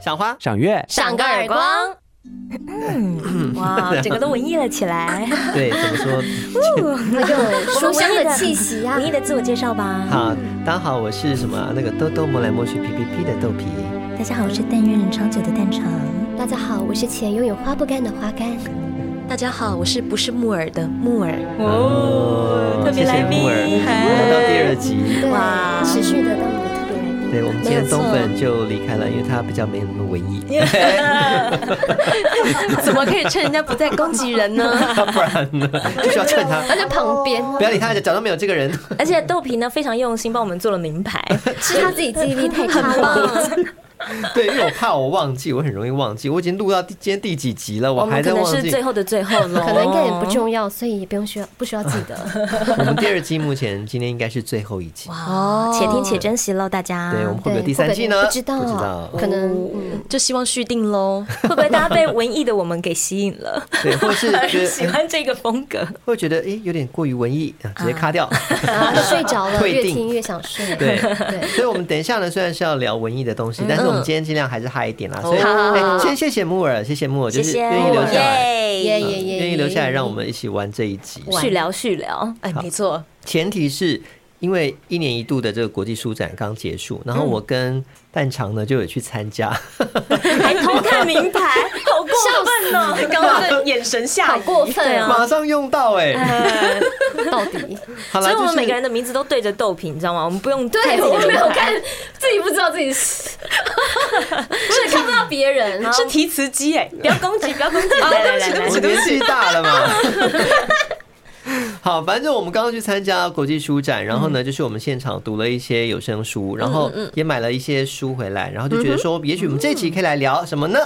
赏花、赏月，赏个耳光。嗯 哇，整个都文艺了起来， 对，怎么说？书书香香的的气息啊呀、文艺的自我介绍吧。好，大家好，我是什么？那个豆豆摸来摸去，皮皮皮的豆皮。大家好，我是但愿人长久的蛋肠。大家好，我是且拥有花不干的花干。大家好，我是不是木耳的木耳？哦特别来谢宾谢木耳，嗨我们到第二集。对哇，持续的当我们的特别来宾。对，我们今没有天错东粉就离开了，因为他比较没那么文 艺， 怎么可以趁人家不在攻击人 呢？不然呢 就需要趁他，而且旁边不要理他，就假装没有这个 人。而且豆皮呢非常用心帮我们做了名牌，是他自己记忆力太差 了，对，因为我怕我忘记，我很容易忘记。我已经录到第今天第几集了，我 我还们在哦可能忘是记。最后的最后喽。可能应该也不重要，所以也不用需要不需要记得。我们第二季目前今天应该是最后一集，哦，且听且珍惜喽，大家。对，我们会不会有对，第三季呢？不知道，不知道。可能嗯嗯就希望续订 喽。会不会大家被文艺的我们给吸引了？ 对，或是觉喜得欢这个风格，会觉得诶有点过于文艺，啊直接卡掉。啊，睡着 了，退越订听越想 睡。对对，所以，我们等一下呢，虽然是要聊文艺的东西，但是我们今天尽量还是嗨一点啦。所以，嗯好好哎好先谢谢木耳，谢谢木耳，就谢是谢，愿意留下来，嗯耶耶耶耶，愿意留下来，让我们一起玩这一集。续聊续聊，哎，没错，前提是因为一年一度的这个国际书展刚结束，然后嗯我跟蛋肠呢就有去参加，还偷看名牌，好过分 哦！刚刚的眼神吓好人过分嗯啊！ 马上用到哎、呃到底好所了，以我就们每个是人的名字都对着豆皮，你知道吗？我们不 用 对看自己我的没名有牌看，自己不知道自己是， 是看不到别人，是提词机哎，不要攻击，不要攻击，来来来 来我，年纪大了嘛。 好，反正我们刚刚去参加国际书展，然后呢，就是我们现场读了一些有声书，然后也买了一些书回来，然后就觉得说，也许我们这期可以来聊什么呢？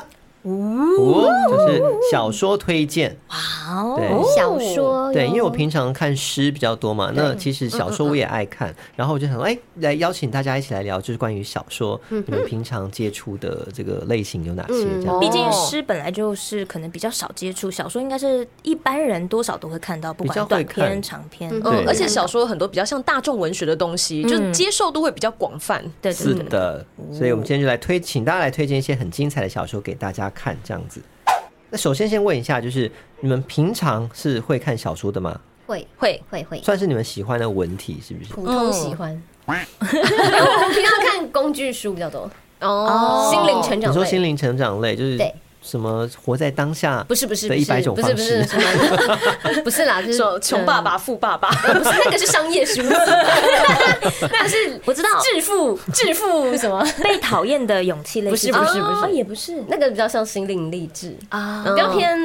哦，就是小说推荐。好哦对，小说哦哟对，因为我平常看诗比较多嘛，那其实小说我也爱看，然后我就想说，哎，来邀请大家一起来聊，就是关于小说，你们平常接触的这个类型有哪些？这样毕竟诗本来就是可能比较少接触，小说应该是一般人多少都会看到，不比较管会看短篇、长篇，呃对嗯，而且小说有很多比较像大众文学的东西，就是接受度会比较广泛。嗯对是对嗯对，的，所以我们今天就来推，请大家来推荐一些很精彩的小说给大家看，这样子。那首先先问一下，就是你们平常是会看小说的吗？会会会会算是你们喜欢的文体是不是？普通喜欢。我们平常看工具书比较多，哦心灵成你长说心类。灵成长类就是对什么活在当下？不是不是的不是100种不是不是方什么，不是啦，就是说哦穷爸爸、富爸爸， 嗯，不是那个是商业书，那是我知道致富致富什么？被讨厌的勇气类不似是这不种是不哦是，哦也也不是那个比较像心灵励志，啊比较偏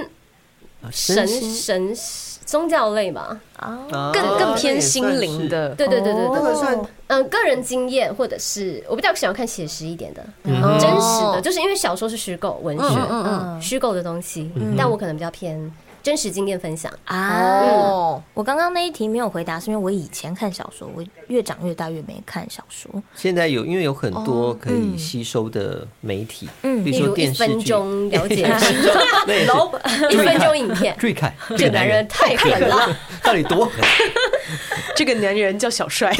啊神身心神宗教类吧？啊 更更那也算偏心是灵的。对对对对那对个算嗯，个人经验或者是我比较喜欢看写实一点的、嗯哼真实的，就是因为小说是虚构文学，嗯嗯嗯，虚构的东西，但我可能比较偏真实经验分享。啊！哦，我刚刚那一题没有回答，是因为我以前看小说，我越长越大越没看小说。现在有，因为有很多可以吸收的媒体，嗯比哦嗯如例说如一电视分剧， 钟了解那也是 一分钟影片，最凯，这个男人太狠了，到底多狠？ 这个男人叫小帅，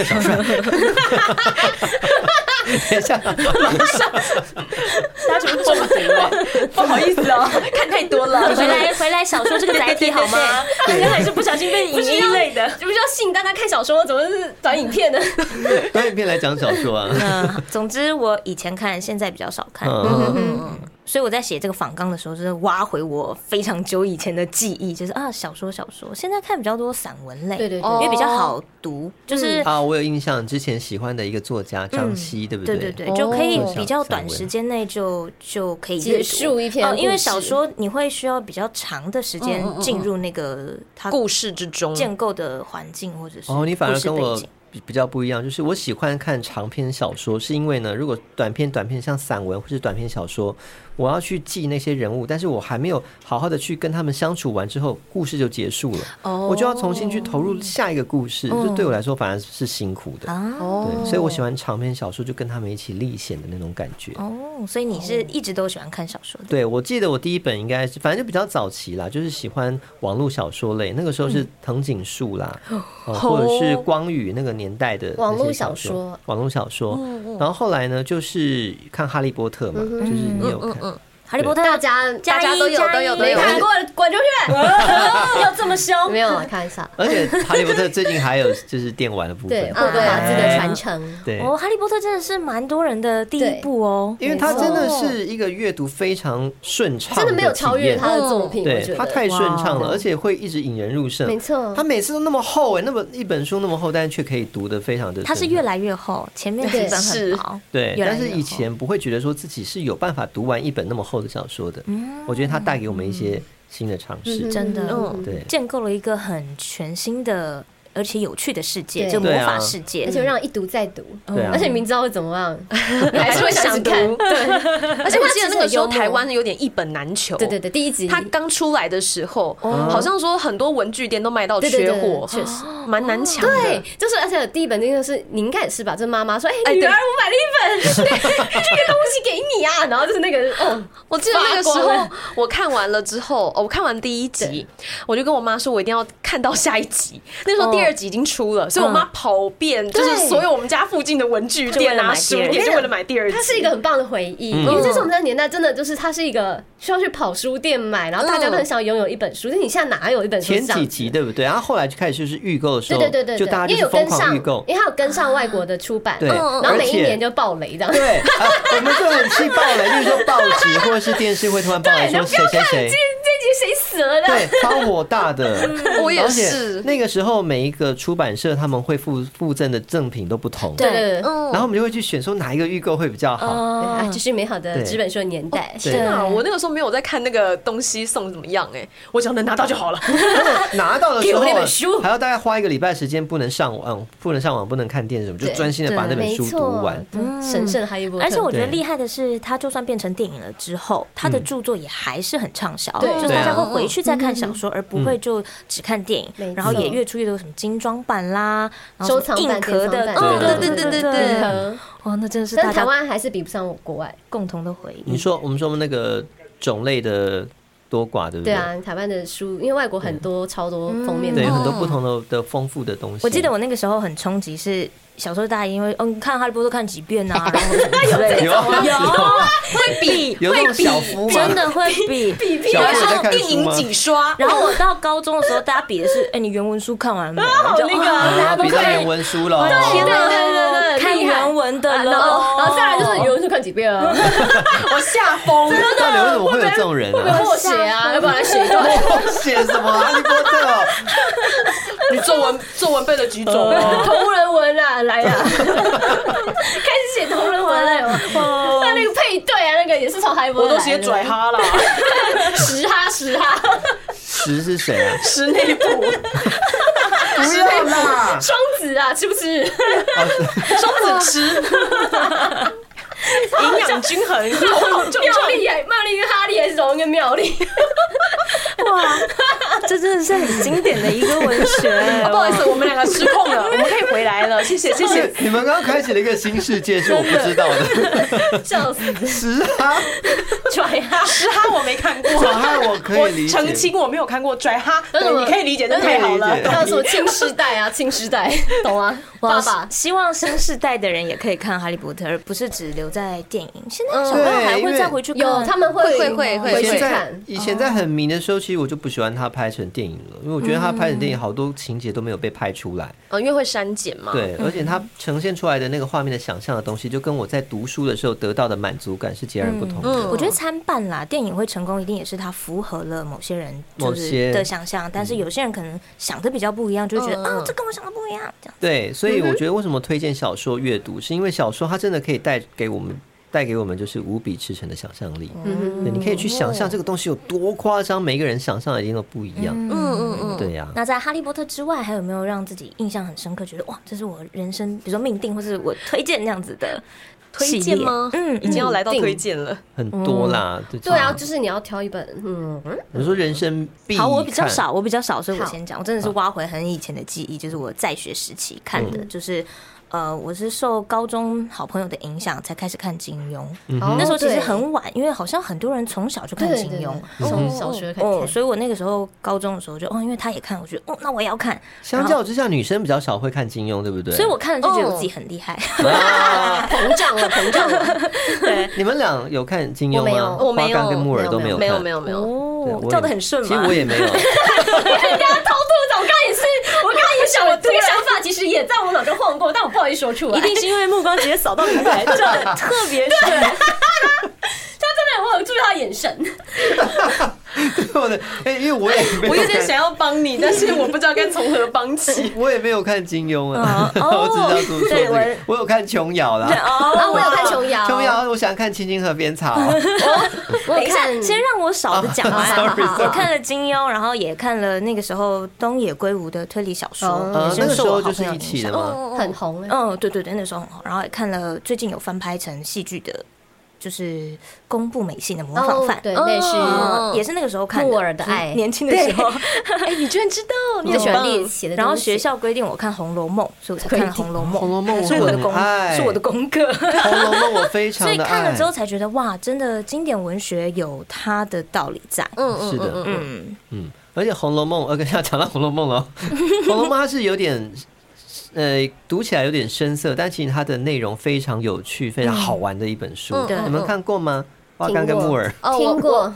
等一 下，他什么重点 啊？不好意思 哦，看太多了回来回来，小说这个载体好吗？大 家还是不小心被影音类的。就不是要吸引大家看小说，怎么是短影片呢？ 短影片来讲小说啊。 嗯，总之我以前看，现在比较少看，嗯， 所以我在写这个访纲的时候，就是挖回我非常久以前的记忆，就是啊，小说小说，现在看比较多散文类，对对对哦因为比较好读，就是啊，我有印象，之前喜欢的一个作家张希，对不对对嗯对对，就可以哦比较短时间内就就可以结阅读束一篇哦因为故事嗯小说你会需要比较长的时间进入那个它故事之中，建构的环境或者是哦，你反而跟故我事背景比比较不一样，就是我喜欢看长篇小说，是因为呢，如果短篇短篇像散文或是短篇小说，我要去记那些人物，但是我还没有好好的去跟他们相处完之后，故事就结束了，哦我就要重新去投入下一个故事，就对我哦来说反而是辛苦的。啊。哦对，所以我喜欢长篇小说，就跟他们一起历险的那种感觉。哦，所以你是一直都喜欢看小说的，对，我记得我第一本应该是，反正就比较早期啦，就是喜欢网络小说类。那个时候是嗯藤井树啦，呃或者是光宇那个年代的那些哦网络小小说，嗯网络小说。然后后来呢，就是看《哈利波特》嘛，就是嗯你有看。 《哈利波特》 大家加大一家都有加一都有都没有，看过滚出 去！要这么凶，没有啊，开玩笑。而且《哈利波特》最近还有就是电玩的部分啊对，，嗯霍格华兹的传承，对，哦，《哈利波特》真的是蛮多人的第一部哦。因为它真的是一个阅读非常顺畅，真的没有超越他它，的作品，我觉对，得它太顺畅了，哇而且会一直引人入胜。没错它每次都那么厚哎，那么一本书那么厚，但是却可以读得非常的。它是越来越厚，前面几本是很薄。对，越来但是越以厚前不会觉得说自己是有办法读完一本那么厚的小说的。我觉得它带给我们一嗯些新的尝试。真的嗯对建构了一个很全新的而且有趣的世界，对就魔对啊法世界而。且让一读再读，对啊而且你明知道会怎么 样，你还还是是会会想想读看。对 而哎且我记得那个时候而且它真的很幽默台湾有点一本难求，对对对，第一集它刚出来的时候，哦好像说很多文具店都卖到缺对对货，哦对确实哦蛮难抢的。对，就是而且第一本那个是你应该也是吧？就是妈妈说，哎哎，女对儿我买了一本对这个东西给你啊，然后就是那个哦， 我记得那个时发光候了我看完了之后，哦我看完第一集，我就跟我妈说，我一定要看到下一集。那哦时候第二集已经出了，所以我妈跑遍嗯就是所有我们家附近的文具店啊、书就为了买第二集店，就为了买第二集。它是一个很棒的回忆，嗯因为这是我们那个年代真的就是它是一个需要去跑书店买，然后大家都很想拥有一本书，但你现在哪有一本书是嗯前这样几子？集对不对？然后后来就开始就是预购的时对候，对对对，就大对家就因为是有疯跟上狂预，购，因为它有跟上外国的出版，对然后而每一且年就爆雷这样。对，啊我们就很气爆了，就是说报纸或者是电视会突然报来对，说然哎后不谁要谁看这这谁，集谁死了的，对，超火大的。嗯我也而且是，那个时候每一个出版社他们会附附赠的赠品都不同，对对对嗯然后我们就会去选说哪一个预购会比较好。对啊，哦这是美好的对哦纸本书的年代。对天哪！我那个时候没有在看那个东西送怎么样，哎，我只要能拿到就好了。拿到的时候给我那本书还要大概花一个礼拜时间，不能上网，不能上网，不能看电视，我们就对专心的把那本没书读错完。，嗯神圣的哈利波特。而且我觉得对厉害的是，它就算变成电影了之后，它的著作也还是很畅销，对嗯就是对啊大家会回去再看小说，而不会就只看电影。没然后错也越出越多什么精装版啦，然后收什么藏版硬壳的，典藏版哦对对对对对对对，嗯哇，那真的是但大台家湾还是比不上我国外。共同的回你忆。说我们说我们那个种类的多寡，对不嗯对？啊，嗯台湾的书，因为外国很多超多封面对，有嘛，很多不同的的丰富的东西。我记得我那个时候很冲击，是小时候大家因为嗯看《哈利波特》看几遍啊，然后什 么之类的，有啊有啊会比有那种小啊夫吗？真的会比比小夫有在看电书影吗？几刷，然后我到高中的时候，大家比的是，哎、你原文书看 完没？就那 个啊大家都啊比到看原文书了。啊天哪对对对对看厉害原文的啊哦喽、然后然后再来就是有人说看几 遍啊，我吓疯。到底为什么会有这种人会不呢会？破写啊？要不要来写一段？我 写什么哈利波特哦？你作文作文背了几种 啊？嗯同人文啊，来啊，开始写同人文了有。那那个配对啊，那个也是从韩国我都写 拽哈啦，十哈十哈，十是谁啊？室内部，不要啦！双子啊，吃不吃？双子吃，营养均 衡，重重妙丽还妙丽跟哈利还是同一个妙丽？哇，这真的是很经典的一个文学、 不好意思，我们两个失控了，我们可以回来了，谢谢谢 谢。你们刚刚开启了一个新世界，是我不知道的。笑死，十啊，拽啊哈。十哈我没看过，小汉我可以理解。我澄清我没有看过拽哈，但是对，我你可以理解，那太好可以理解了。还有什么青世代啊，青世代，懂啊？爸爸，希望新世代的人也可以看《哈利波特》，而不是只留在电影。现在小对朋友还因会为再回去看，有他们会会会会回去现在看，以前在很迷的时候，其实我就不喜欢他拍成电影了，因为我觉得他拍成电影好多情节都没有被拍出来。嗯，因为会删减嘛。对，而且他呈现出来的那个画面的想象的东西，就跟我在读书的时候得到的满足感是截然不同的。嗯我觉得参半啦，电影会成功，一定也是它符合了某些人就某是些的想象，但是有些人可能想的比较不一样，就会觉得、嗯嗯啊，这跟我想的不一样，这样。对，所以我觉得为什么推荐小说阅读，是因为小说它真的可以带给我们带给我们就是无比驰骋的想象力。嗯对，你可以去想象这个东西有多夸张，每个人想象的一定都不一样。嗯嗯嗯，对呀、那在《哈利波特》之外，还有没有让自己印象很深刻，觉得哇，这是我人生，比如说命定，或是我推荐那样子的推荐吗？系列嗯已经要来到嗯推荐了。很多啦。对啊，就是你要挑一本，嗯，你说人生必好，我比较看少，我比较少，所以我好先讲。我真的是挖回很以前的记忆，就是我在学时期看嗯的，就是呃，我是受高中好朋友的影响才开始看金庸。那嗯那哦时候其实很晚，因为好像很多人从小就看金庸。从小学开哦，始所以我那个时候高中的时候就哦，因为他也看，我觉得哦，那我也要看，相较之下，女生比较少会看金庸，对不对？所以我看了就觉得我自己很厉害。 啊膨胀了，膨胀了， 你们俩有看金庸吗？我没有我没有花岗跟木耳都没有看没有没有，对哦我也叫的很顺其实嘛我。也没有。 我哎刚刚也是，我刚刚也想，我这个想法其实也在我脑中晃过，但我不好意思说 出来。一定是因为目光直接扫到舞台，叫的特 别顺。真的，我有注意他的眼神。我的，哎，因为我也没有我有点看想要帮你，但是我不知道该从何帮起。我也没有看金庸啊， 哦哦我只知道说说对这个。我有看琼瑶啦，啊， 哦我有看琼瑶，琼，瑶，我想看《青青河边草》我等一有下看，，先让我少的讲啊完。 sorry，我 sorry 看了金庸，然后也看了那个时候东野圭吾的推理小哦说，呃，那也个是时受候我就好是朋友一影起响。的嘛。很红哎，嗯，对对对，那时候很好。然后也看了最近有翻拍成戏剧的，就是宫部美信的《模仿犯》，哦对，嗯那是嗯，也是那个时候看木耳的爱就是年轻的时候。嗯哎，你居然知道，你很喜欢棒猎奇的东西，然后学校规定我看《红楼梦》，所以我才看了《红楼梦》。红楼梦是我的功我很爱，是我的功 课。 《红楼梦》我非所常以的看了爱之。后才觉得，哇，真的经典文学有它的道理在。嗯是的，嗯，嗯，而且《红楼梦》，呃，要讲到《红楼 梦》了，《红楼梦》它是有点，呃，读起来有点生涩，但其实它的内容非常有趣、非常好玩的一本书。嗯对你们看过吗？花岗跟木耳，哦听过，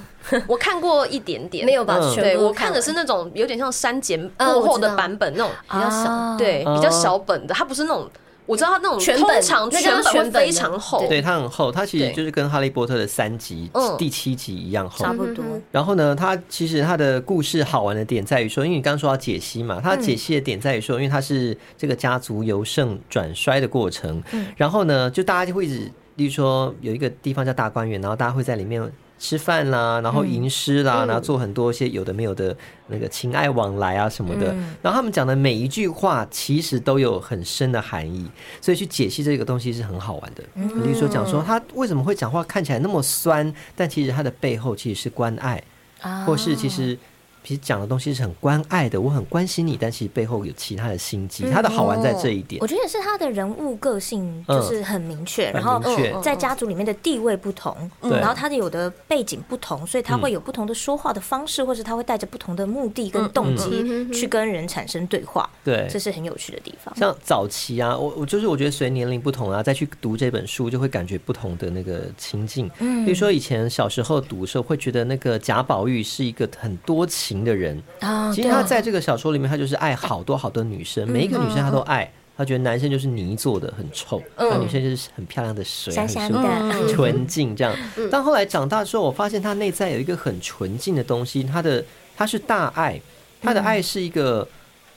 我看过一点点，没有吧？嗯全部对都我看的是那种有点像删减嗯过我后知的道版本那种，比较少啊对，哦比较小本的，它不是那种，我知道它那种全通本常那个全叫本会全本非常厚，对，它很厚，它其实对就是跟《哈利波特》的三集嗯、第七集一样厚差。不多。然后呢，它其实它的故事好玩的点在于说，因为你刚刚说到解析嘛，它解析的点在于说，因为它是这个家族由盛转衰的过程。然后呢，就大家就会一直，例如说有一个地方叫大观园，然后大家会在里面。吃饭啦，然后吟诗啦，然后做很多一些有的没有的那个情爱往来啊什么的，然后他们讲的每一句话其实都有很深的含义，所以去解析这个东西是很好玩的。例嗯如说讲说他为什么会讲话看起来那么酸，但其实他的背后其实是关爱，啊或是其实其实讲的东西是很关爱的，我很关心你，但其实背后有其他的心机，嗯它的好玩在这一点嗯哦我。觉得也是他的人物个性就是很明确，然后很明确嗯嗯在家族里面的地位不同，嗯对嗯然后他的有的背景不同，所以他会有不同的说话的方式，或是他会带着不同的目的嗯跟动机去跟人产生对话，对，这是很有趣的地方。像早期啊，我我就是我觉得随年龄不同啊，再去读这本书就会感觉不同的那个情境。嗯，比如说以前小时候读的时候，会觉得那个贾宝玉是一个很多情的人，啊，其实他在这个小说里面，他就是爱好多好多女生，每一个女生他都爱。他觉得男生就是泥做的，很臭；那女生就是很漂亮的水，香很香舒服的很纯净这样。但后来长大之后，我发现他内在有一个很纯净的东西，他的他是大爱，他的爱是一个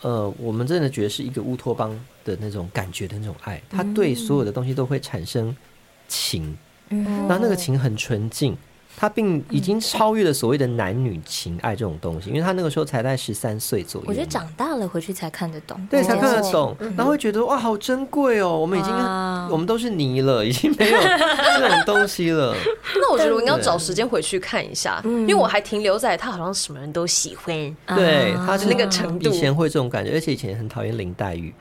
呃，我们真的觉得是一个乌托邦的那种感觉的那种爱，他对所有的东西都会产生情。嗯那那个情很纯净，他并已经超越了所谓的男女情爱这种东西，因为他那个时候才在十三岁左右嘛，我觉得长大了回去才看得懂这对件事才情，看得懂，然后会觉得哇，好珍贵哦，我们已经哇我们都是泥了，已经没有这种东西 了。那我觉得我应该要找时间回去看一下，嗯因为我还停留在他好像什么人都喜欢，啊。对，他是那个程度以前会这种感觉，而且以前很讨厌林黛玉，嗯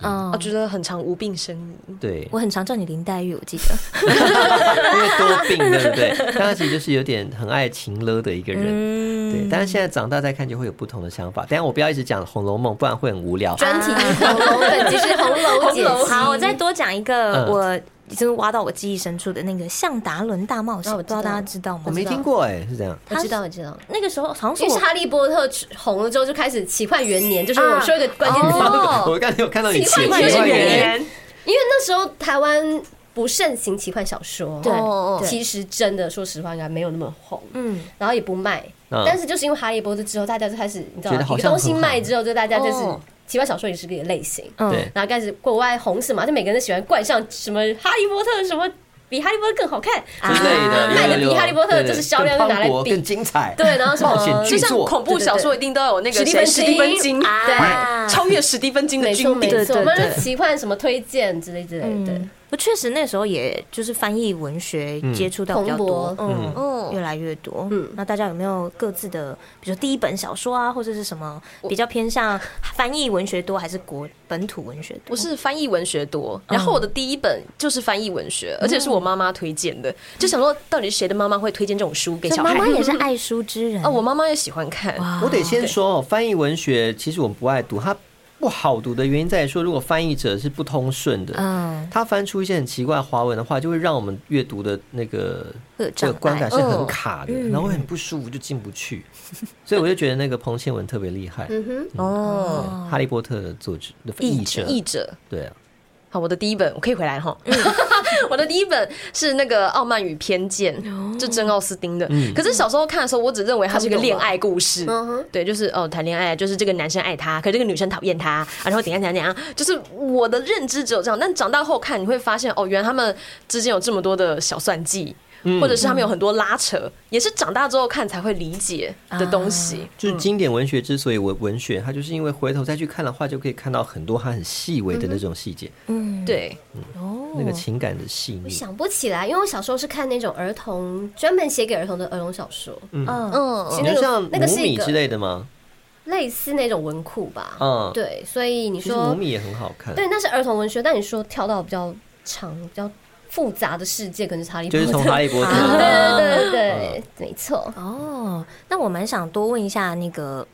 我啊觉得很常无病呻吟。对，我很常叫你林黛玉，我记得。因为多病，对不 对？但他其实就是有点很爱情勒的一个人。嗯对，但是现在长大再看就会有不同的想法。但我不要一直讲《红楼梦》，不然会很无聊。专题红楼 本，就是啊红楼解析。好，我再多讲一个，嗯我就是挖到我记忆深处的那个《向达伦大冒险》，不哦我知知道道大家知道吗？我没听。过哎、是这样。我知道，我知道。那个时候好像是因为我是哈利波特红了之后，就开始奇幻元年，就是我说一个关键词，我刚才有看到你哦奇幻奇奇幻幻园园，因为那时候台湾不盛行奇幻小说，对哦哦其实真的说实话应该没有那么红，嗯，然后也不卖，嗯但是就是因为哈利波特之后，大家就开始你知道觉得好一个像东西很好卖之后，就大家就是哦奇幻小说也是个类型，嗯对，然后开始国外红什么，就每个人都喜欢冠上什么哈利波特什么。比哈利波特更好看啊之类的，卖有的有有比哈利波特对就是销量就更拿来磅礴更比，精彩，对，然后什么冒险就巨像作。恐怖小说一定都要有那个谁史史蒂蒂芬芬金金啊对超越史蒂芬金的没错军没对队。错，对我们对就奇幻什么推荐之类之类的嗯，我确实那时候也就是翻译文学嗯接触到比较多，蓬嗯嗯越来越多。嗯嗯，那大家有没有各自的，比如说第一本小说啊，或者是什么比较偏向翻译文学多，还是国本土文学多？我是翻译文学多，然后我的第一本就是翻译文学，而且是我妈妈推荐的，就想说到底谁的妈妈会推荐这种书给所以小妈孩？妈也是爱书之人哦，我妈妈也喜欢看，哇我得先说哦，翻译文学其实我不爱读，它不好读的原因在于说，如果翻译者是不通顺的，嗯，他翻出一些很奇怪的华文的话，就会让我们阅读的那个会有这障个观碍感。是很卡哦的，嗯然后会很不舒服，就进不去。所以我就觉得那个彭倩文特别厉害，嗯哼，哦， 《哈利波特》的作者、的译者，译者。对啊，好，我的第一本我可以回来哈。嗯 我的第一本是那个《傲慢与偏见》，哦就珍奥斯汀的。可是小时候看的时候，我只认为它是一个恋爱故事看不懂吧嗯哼。对，就是哦，谈恋爱，就是这个男生爱她，可这个女生讨厌他，啊然后怎样怎样怎样。就是我的认知只有这样，但长大后看，你会发现哦，原来他们之间有这么多的小算计。或者是他们有很多拉扯，也是长大之后看才会理解的东西。就是嗯经典文学之所以文文学，它就是因为回头再去看的话，就可以看到很多它很细微的那种细节，啊嗯，对，哦，那个情感的细我腻。想不起来，因为我小时候是看那种儿童专门写给儿童的儿童小说，嗯，嗯，其你实就像那个母是一米个之类的吗？类似那种文库吧。嗯对，所以你其实母说米也很好看，对，那是儿童文学，但你说跳到比较长、比较复杂的世界，可能是哈利就是波特。从《哈利 波特》嗯啊对对对，没错。哦，那我蛮想多问一下那个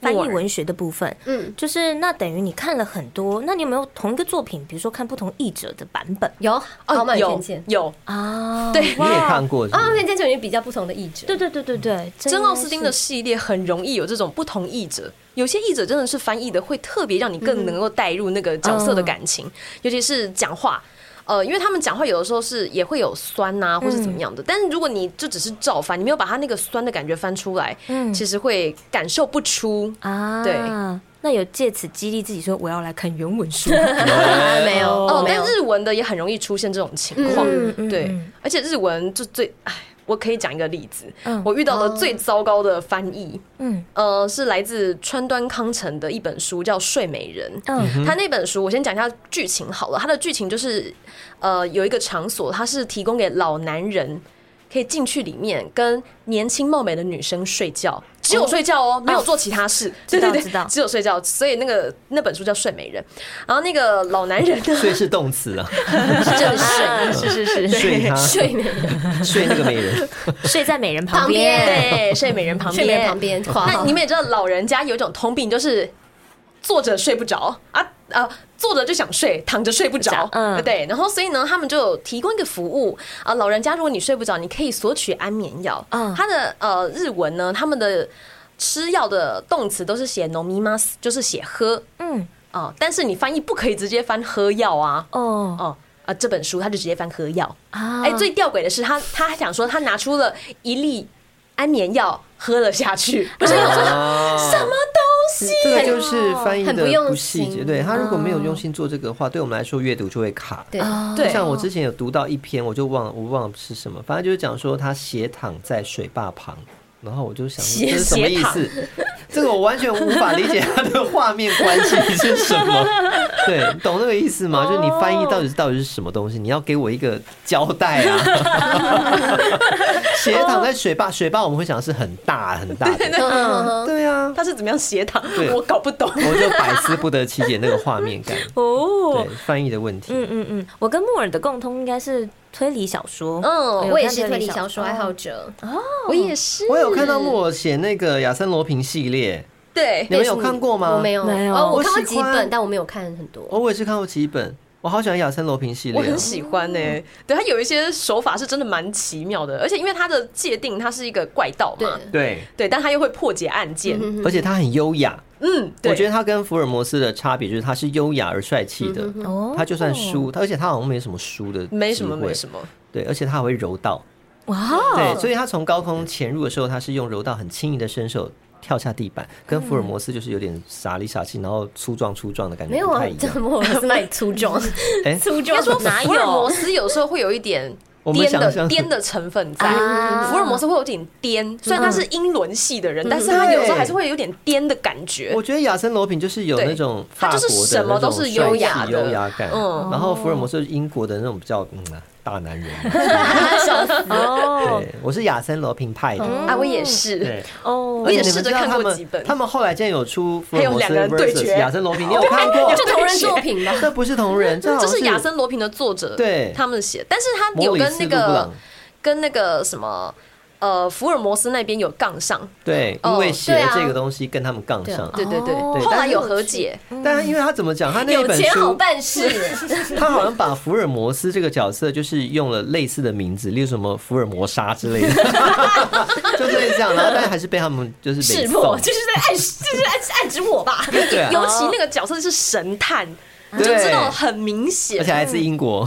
翻译莫尔文学的部分，嗯，就是那等于你看了很多，那你有没有同一个作品，比如说看不同译者的版本有哦傲慢与有偏见有，啊？对，你也看过是傲吗慢与偏见就已经比较不同的译者。对对对对对，这珍应奥该斯汀是的系列很容易有这种不同译者，有些译者真的是翻译的会特别让你嗯更能够带入那个角色的感情，尤其是讲话。呃，因为他们讲话有的时候是也会有酸呐、或是嗯怎么样的，但是如果你就只是照翻，你没有把他那个酸的感觉翻出来，嗯其实会感受不出。啊，对。那有借此激励自己说我要来看原文 书， 没有哦、没有但日文的也很容易出现这种情况，嗯嗯对嗯，而且日文就最，哎，我可以讲一个例子，嗯我遇到的最糟糕的翻译，嗯呃，是来自川端康成的一本书，叫《睡美人》。 嗯他那本书，我先讲一下剧情好了。他的剧情就是，呃，有一个场所，它是提供给老男人可以进去里面跟年轻貌美的女生睡觉，只有睡觉哦，没有做其他事。对知道对知道对，只有睡觉。所以那个那本书叫《睡美人》，然后那个老男人呢，所以是动词 啊，正睡， 是是是，睡 他睡美 睡那个美人，睡在美人旁旁边对，睡美人旁睡边，美人旁 边，夸那号你们也知道，老人家有一种通病，就是坐着睡不着啊啊，坐着就想睡，躺着睡不着着，嗯对。然后所以呢，他们就有提供一个服务啊，老人家如果你睡不着，你可以索取安眠药。嗯它的呃日文呢，他们的吃药的动词都是写 n o m i m a s 就是写喝嗯啊、但是你翻译不可以直接翻喝药啊，哦哦、啊，这本书他就直接翻喝药。啊哎、最吊诡的是他，他还想说他拿出了一粒安眠药喝了下 去，不是有时什候什么东西？啊这个就是翻译的很不用不细节，心嗯对他如果没有用心做这个的话，对我们来说阅读就会 卡。对，啊对像我之前有读到一篇，我就忘了，我忘了是什么，反正就是讲说他斜躺在水坝旁，然后我就想说斜这是什么意思？这个我完全无法理解它的画面关 系是什么。对，你懂那个意思吗？就是你翻译到哦底是到底是什么东西？你要给我一个交代 啊！斜躺哦在水坝，水坝我们会想是很大很大的，嗯嗯嗯对啊，他是怎么样斜躺对？我搞不懂。我就百思不得其解那个画面 感。哦对，翻译的问题，嗯嗯嗯，我跟莫尔的共通应该是推理小说，哎嗯哎我也是推理小说哦爱还好好。者，我也是，我有看到木偶写那个亚森罗平系列，对你们有看过吗？我没有，没有哦，我我看过喜几欢本，但我没有看很多。哦，我也是看过几本，我好喜欢亚森罗平系我列啊、很喜欢呢、对他有一些手法是真的蛮奇妙的，而且因为他的界定，他是一个怪盗嘛，对对，对，嗯但他又会破解案件，而且他很优雅。嗯，对，我觉得他跟福尔摩斯的差别就是他是优雅而帅气的，嗯哦他就算输，他而且他好像没什么输的，没什么，没什，么，对，而且他还会柔道，哇对，哦，所以他从高空潜入的时候，他是用柔道很轻易的伸手。跳下地板，跟福尔摩斯就是有点傻里傻气，然后粗壮粗壮的感觉没有不啊太一，这样。么我是卖粗壮， 哎 粗应壮该说哪福尔摩有？斯有时候会有一点我们颠想的象颠的成分在。啊福尔摩斯会有点颠，虽然他是英伦系的人，但是他有时候还是会有点颠的感觉我。觉得亚森罗平就是有对那种他法就国是的什么那都种是帅优雅气的优雅感，嗯然后福尔摩斯是英国的那种比较嗯啊大男 人。哦对，我是亚森罗平派的。啊，我也是，对，哦我而且也你试们着知道看他过们几本他们后来竟然有出福还尔有摩斯两个人对 versus 决亚森罗平，你有看 过？就 同人作品吧。这不是同人，这好嗯这像是亚森罗平的作者对他们写，但是他有摩里跟斯那·布布个朗。跟那个什么呃福尔摩斯那边有杠上，对，哦因为写对了啊这个东西跟他们杠上。对对啊对，哦后来有和解，但因为他怎么讲，他那有本钱好书 办事，他好像把福尔摩斯这个角色就是用了类似的名字，例如什么福尔摩沙之 类的，就是这样。然后但还是被他们就是识被破送，就是在暗示，就是暗暗指我吧。对啊，尤其那个角色是神探，就对知道很嗯明而显且。还是英国，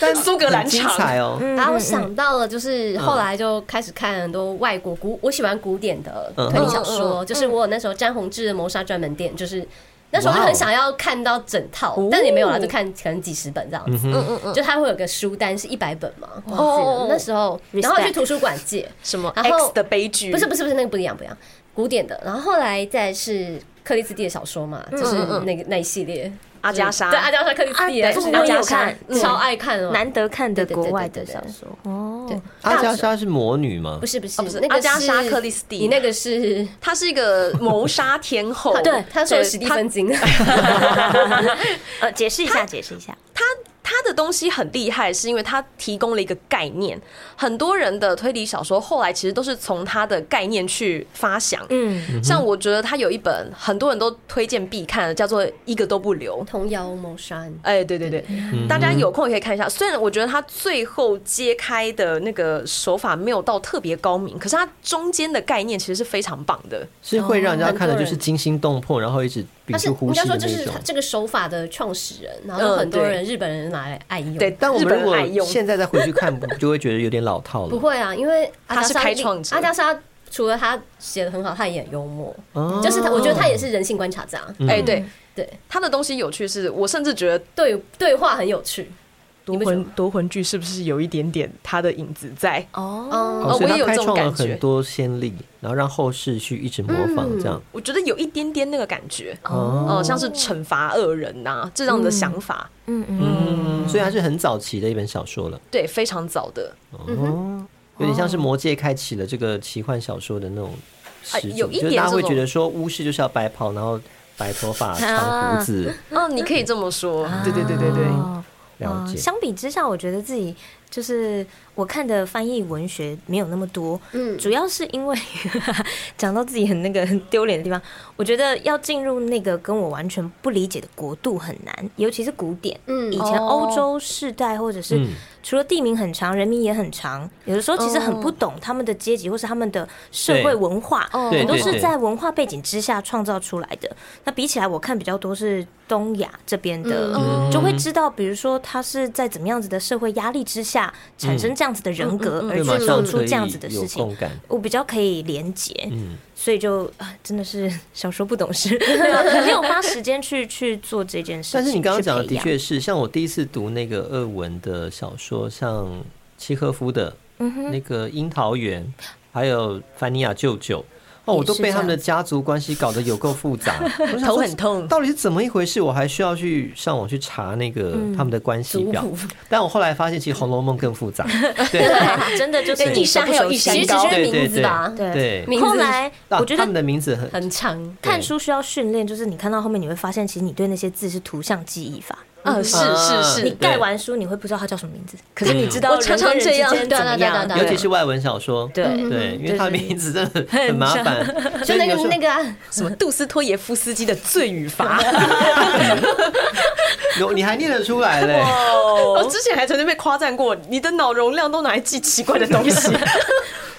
但苏格兰很 精场彩哦。然后我想到了，就是后嗯来就开始看很多外国古，我喜欢古典的嗯推理小嗯嗯说，嗯就是我有那时候詹宏志的《谋杀专门店》，就是那时候就哇哦很想要看到整套哦，但也没有啦，就看可能几十本这样子。嗯嗯嗯，就它会有个书单是一百本嘛，忘记哦了那时候，然后去图书馆 借，什么然后 X 的悲剧，不是不是不是那个不一样不一样，古典的。然后后来再是克里斯蒂的小说嘛，嗯就是那个那一系列阿加莎，对阿加莎克里斯蒂啊这的，个就是阿我也有加莎看嗯超爱看哦，难得看的对对对国对外对的对小说哦 对，阿加莎啊是魔女吗不？是不是哦不是那个阿加莎是克里斯蒂你那个是，她是一个谋杀天后 对，他说史蒂她芬金，呃，解释一下，解释一下，他他的东西很厉害，是因为他提供了一个概念。很多人的推理小说后来其实都是从他的概念去发想。嗯，像我觉得他有一本很多人都推荐必看的，叫做《一个都不留》。 童谣谋杀案。哎，对对对，大家有空也可以看一下。虽然我觉得他最后揭开的那个手法没有到特别高明，可是他中间的概念其实是非常棒的。是会让人家看的很多就人是惊心动魄，然后一直屏他是住呼应吸该说，的就那是种他。这个手法的创始人，然后嗯很多对人日本人拿来爱用。对，但我日们本如人爱果用现在再回去看， 就会觉得有点老套不了。会啊，因为阿加他莎是开创者阿加莎除了他写的很好，他也很幽默，哦就是他，我觉得他也是人性观察家。嗯哎，对对，他的东西有趣是，我甚至觉得对对话很有趣。夺你不嗯魂觉夺魂剧是不是有一点点他的影子在？哦，嗯，哦，所以我他也有开这种创了感觉嗯很多先例，然后让后世去一直模仿这样。我觉得有一点点那个感觉，哦，呃，像是惩罚恶人呐、这样的想法，嗯嗯，嗯，所以它是很早期的一本小说了，对，非常早的，嗯哦，有点像是《魔戒》开启了这个奇幻小说的那种呃始祖，哎有一就是点大家这会种觉得说巫师就是要白袍，然后白头发、长胡子，嗯、你可以这么说，啊嗯对对对对对，哦了哇解。相比之下，我觉得自己就是我看的翻译文学没有那么多，嗯主要是因为 讲到自己很那个很丢脸的地方，我觉得要进入那个跟我完全不理解的国度很难，尤其是古典。嗯以前哦欧洲世代或者是嗯除了地名很长，人名也很长，有的时候其实很不懂他们的阶级或是他们的社会对文化，哦对很多对是对在文化背景之下创造出来的。那比起来，我看比较多是东亚这边的，哦嗯就会知道，比如说他是在怎么样子的社会压力之下产生这样子的人格，嗯而嗯对，马去做上出可这样子的以有事情共。感。我比较可以连结，嗯，所以就啊，真的是小时候不懂事，没有花时间去去做这件事情。但是你刚刚讲的去培的养确是，像我第一次读那个俄文的小说，像契诃夫的嗯那个《樱桃园》，还有《凡尼亚舅舅》。哦，我都被他们的家族关系搞得有够复杂，我想说头很痛到底是怎么一回事？我还需要去上网去查那个他们的关系表。但我后来发现，其实《红楼梦》更复杂。对对，真的就是对一山还有一山其实只高是对名对字吧，对对，名字后来啊我觉他得们的名字很很长。看书需要训练，就是你看到后面你会发现，其实你对那些字是图像记忆法。嗯、是是是，你啊对盖完书你会不知道它叫什么名字，可是你知道我常常人跟人之这样间怎么对啊对啊对啊尤其是外文小说。对对，因为他的名字真的很麻烦，所就以那有时个候那个啊，什么杜斯托耶夫斯基的《罪 与罚》有你还念得出来嘞。哦 我之前还曾经被夸赞过，你的脑容量都拿来记奇怪的东西，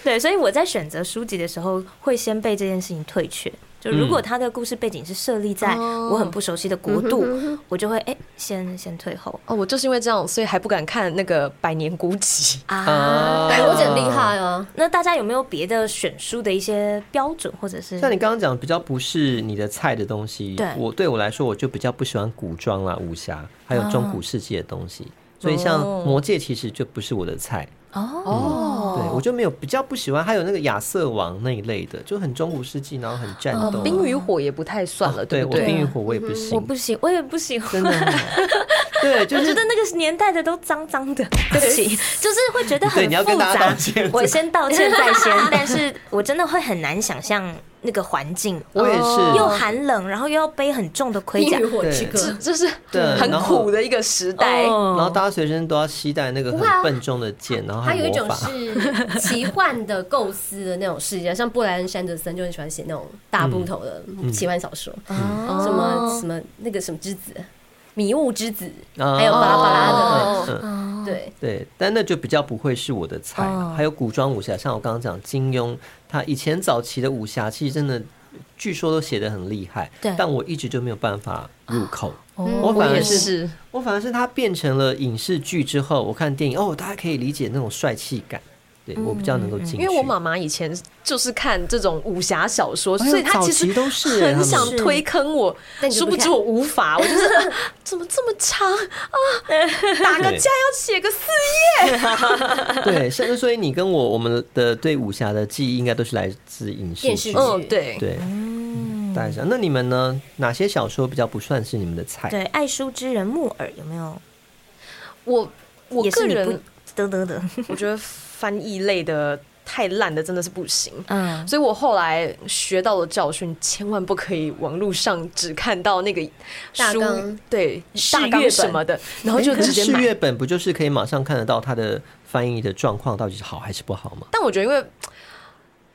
对，所以我在选择书籍的时候，会先被这件事情退却。就如嗯果他的故事背景是设立在我很不熟悉的国度，我就会哎、先先退后 哦，我就是因为这样，所以还不敢看那个《百年孤寂》。啊。啊哎，我觉得很厉害哦。那大家有没有别的选书的一些标准，或者是像你刚刚讲比较不是你的菜的东西嗯对，我对我来说我就比较不喜欢古装啦、武侠，还有中古世纪的东西。所以像《魔戒》其实就不是我的菜。哦，对，我就没有比较不喜欢，还有那个亚瑟王那一类的，就很中古世纪，然后很战斗。哦，冰与火也不太算了，哦对不我对？冰与火我也不行，我不行，我也不喜欢。真的哦，对，就 我觉是得那个年代的都脏脏的， 对 不起，就是会觉得很对你要跟复大家杂道歉。我先道歉在 先，但是我真的会很难想象那个环境，我也是，又寒冷，然后又要背很重的盔冰甲与。火之歌呃对。这是对很然后苦的一个时代。哦然后大家随身都要携带那个不会啊很笨重的剑，然后还有一魔种法。是奇幻的构思的那种世界，像布莱恩·山德森就很喜欢写那种大部头的奇幻小说，嗯哦什么什么那个什么之子、迷雾之子，啊还有巴拉巴拉的，嗯嗯对，对，但那就比较不会是我的菜了。哦还有古装武侠，像我刚刚讲金庸，他以前早期的武侠其实真的，据说都写得很厉害，对但我一直就没有办法入哦口。嗯哦我反也而是，是，我反而是他变成了影视剧之后，我看电影哦，大家可以理解那种帅气感，对我比较能够进去。嗯因为我妈妈以前就是看这种武侠小说，哎呦所以她早其期实都是哎很想 他们推坑我，但你就殊不不知看我无法，我就是、啊怎么这么长啊，打个架要写个四对，甚至所以你跟我我们的对武侠的记忆，应该都是来自影视电剧视剧。页，嗯，对，对，大概是这样。那你们呢？哪些小说比较不算是你们的菜？对，爱书之人木耳有没有？我我也个是你人不得得得，我觉得翻译类的太烂的真的是不行。嗯， 所以我后来学到了教训，千万不可以网络上只看到那个大书纲，对试大纲阅什本么的，然哦后就可是直 接试买。阅本不就是可以马上看得到它的翻译的状况到底是好还是不好吗？但我觉得，因为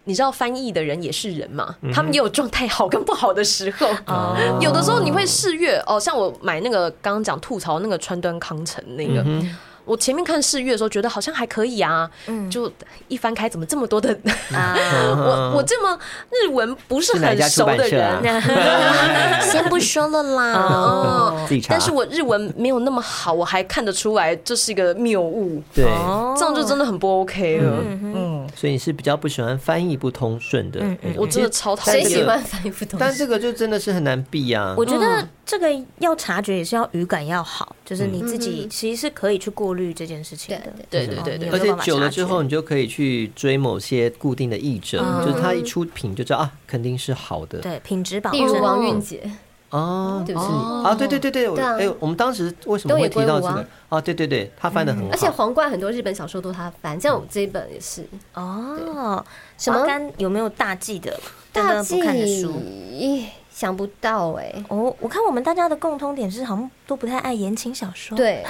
你知道翻译的人也是人嘛，他们也有状态好跟不好的时候。哦有的时候你会试阅哦，像我买那个刚刚讲吐槽那个川端康成那个，嗯我前面看试阅的时候觉得好像还可以啊，嗯就一翻开怎么这么多 的，啊我我这么日文不是是哪一很家出熟版的社人啊，？ 先不说了啊啦。 哦自己查但是我日文没有那么好，我还看得出来这是一个谬误，对，哦这样就真的很不 OK 了。嗯嗯所以你是比较不喜欢翻译不通顺的那种。我真的超讨但厌谁这个这个。喜欢翻译不懂？但这个就真的是很难避啊。我觉哦得这个要察觉也是要语感要好，就是嗯你自己其实是可以去过滤这件事情的。对对对对而且久了之后，你就可以去追某些固定的译者，嗯就是他一出品就知道啊，肯定是好的。对品质保例如证王韵杰，哦，对不对啊，对对对对，我对啊哎，我们当时为什么东会野提到这圭吾个啊？啊，对对对，他翻的很嗯好，而且皇冠很多日本小说都他翻，像我们这一本也是。哦。什么华干有没有大忌的？大忌不看的书忌想不到哎、哦，我看我们大家的共通点是好像都不太爱言情小哦说。，对，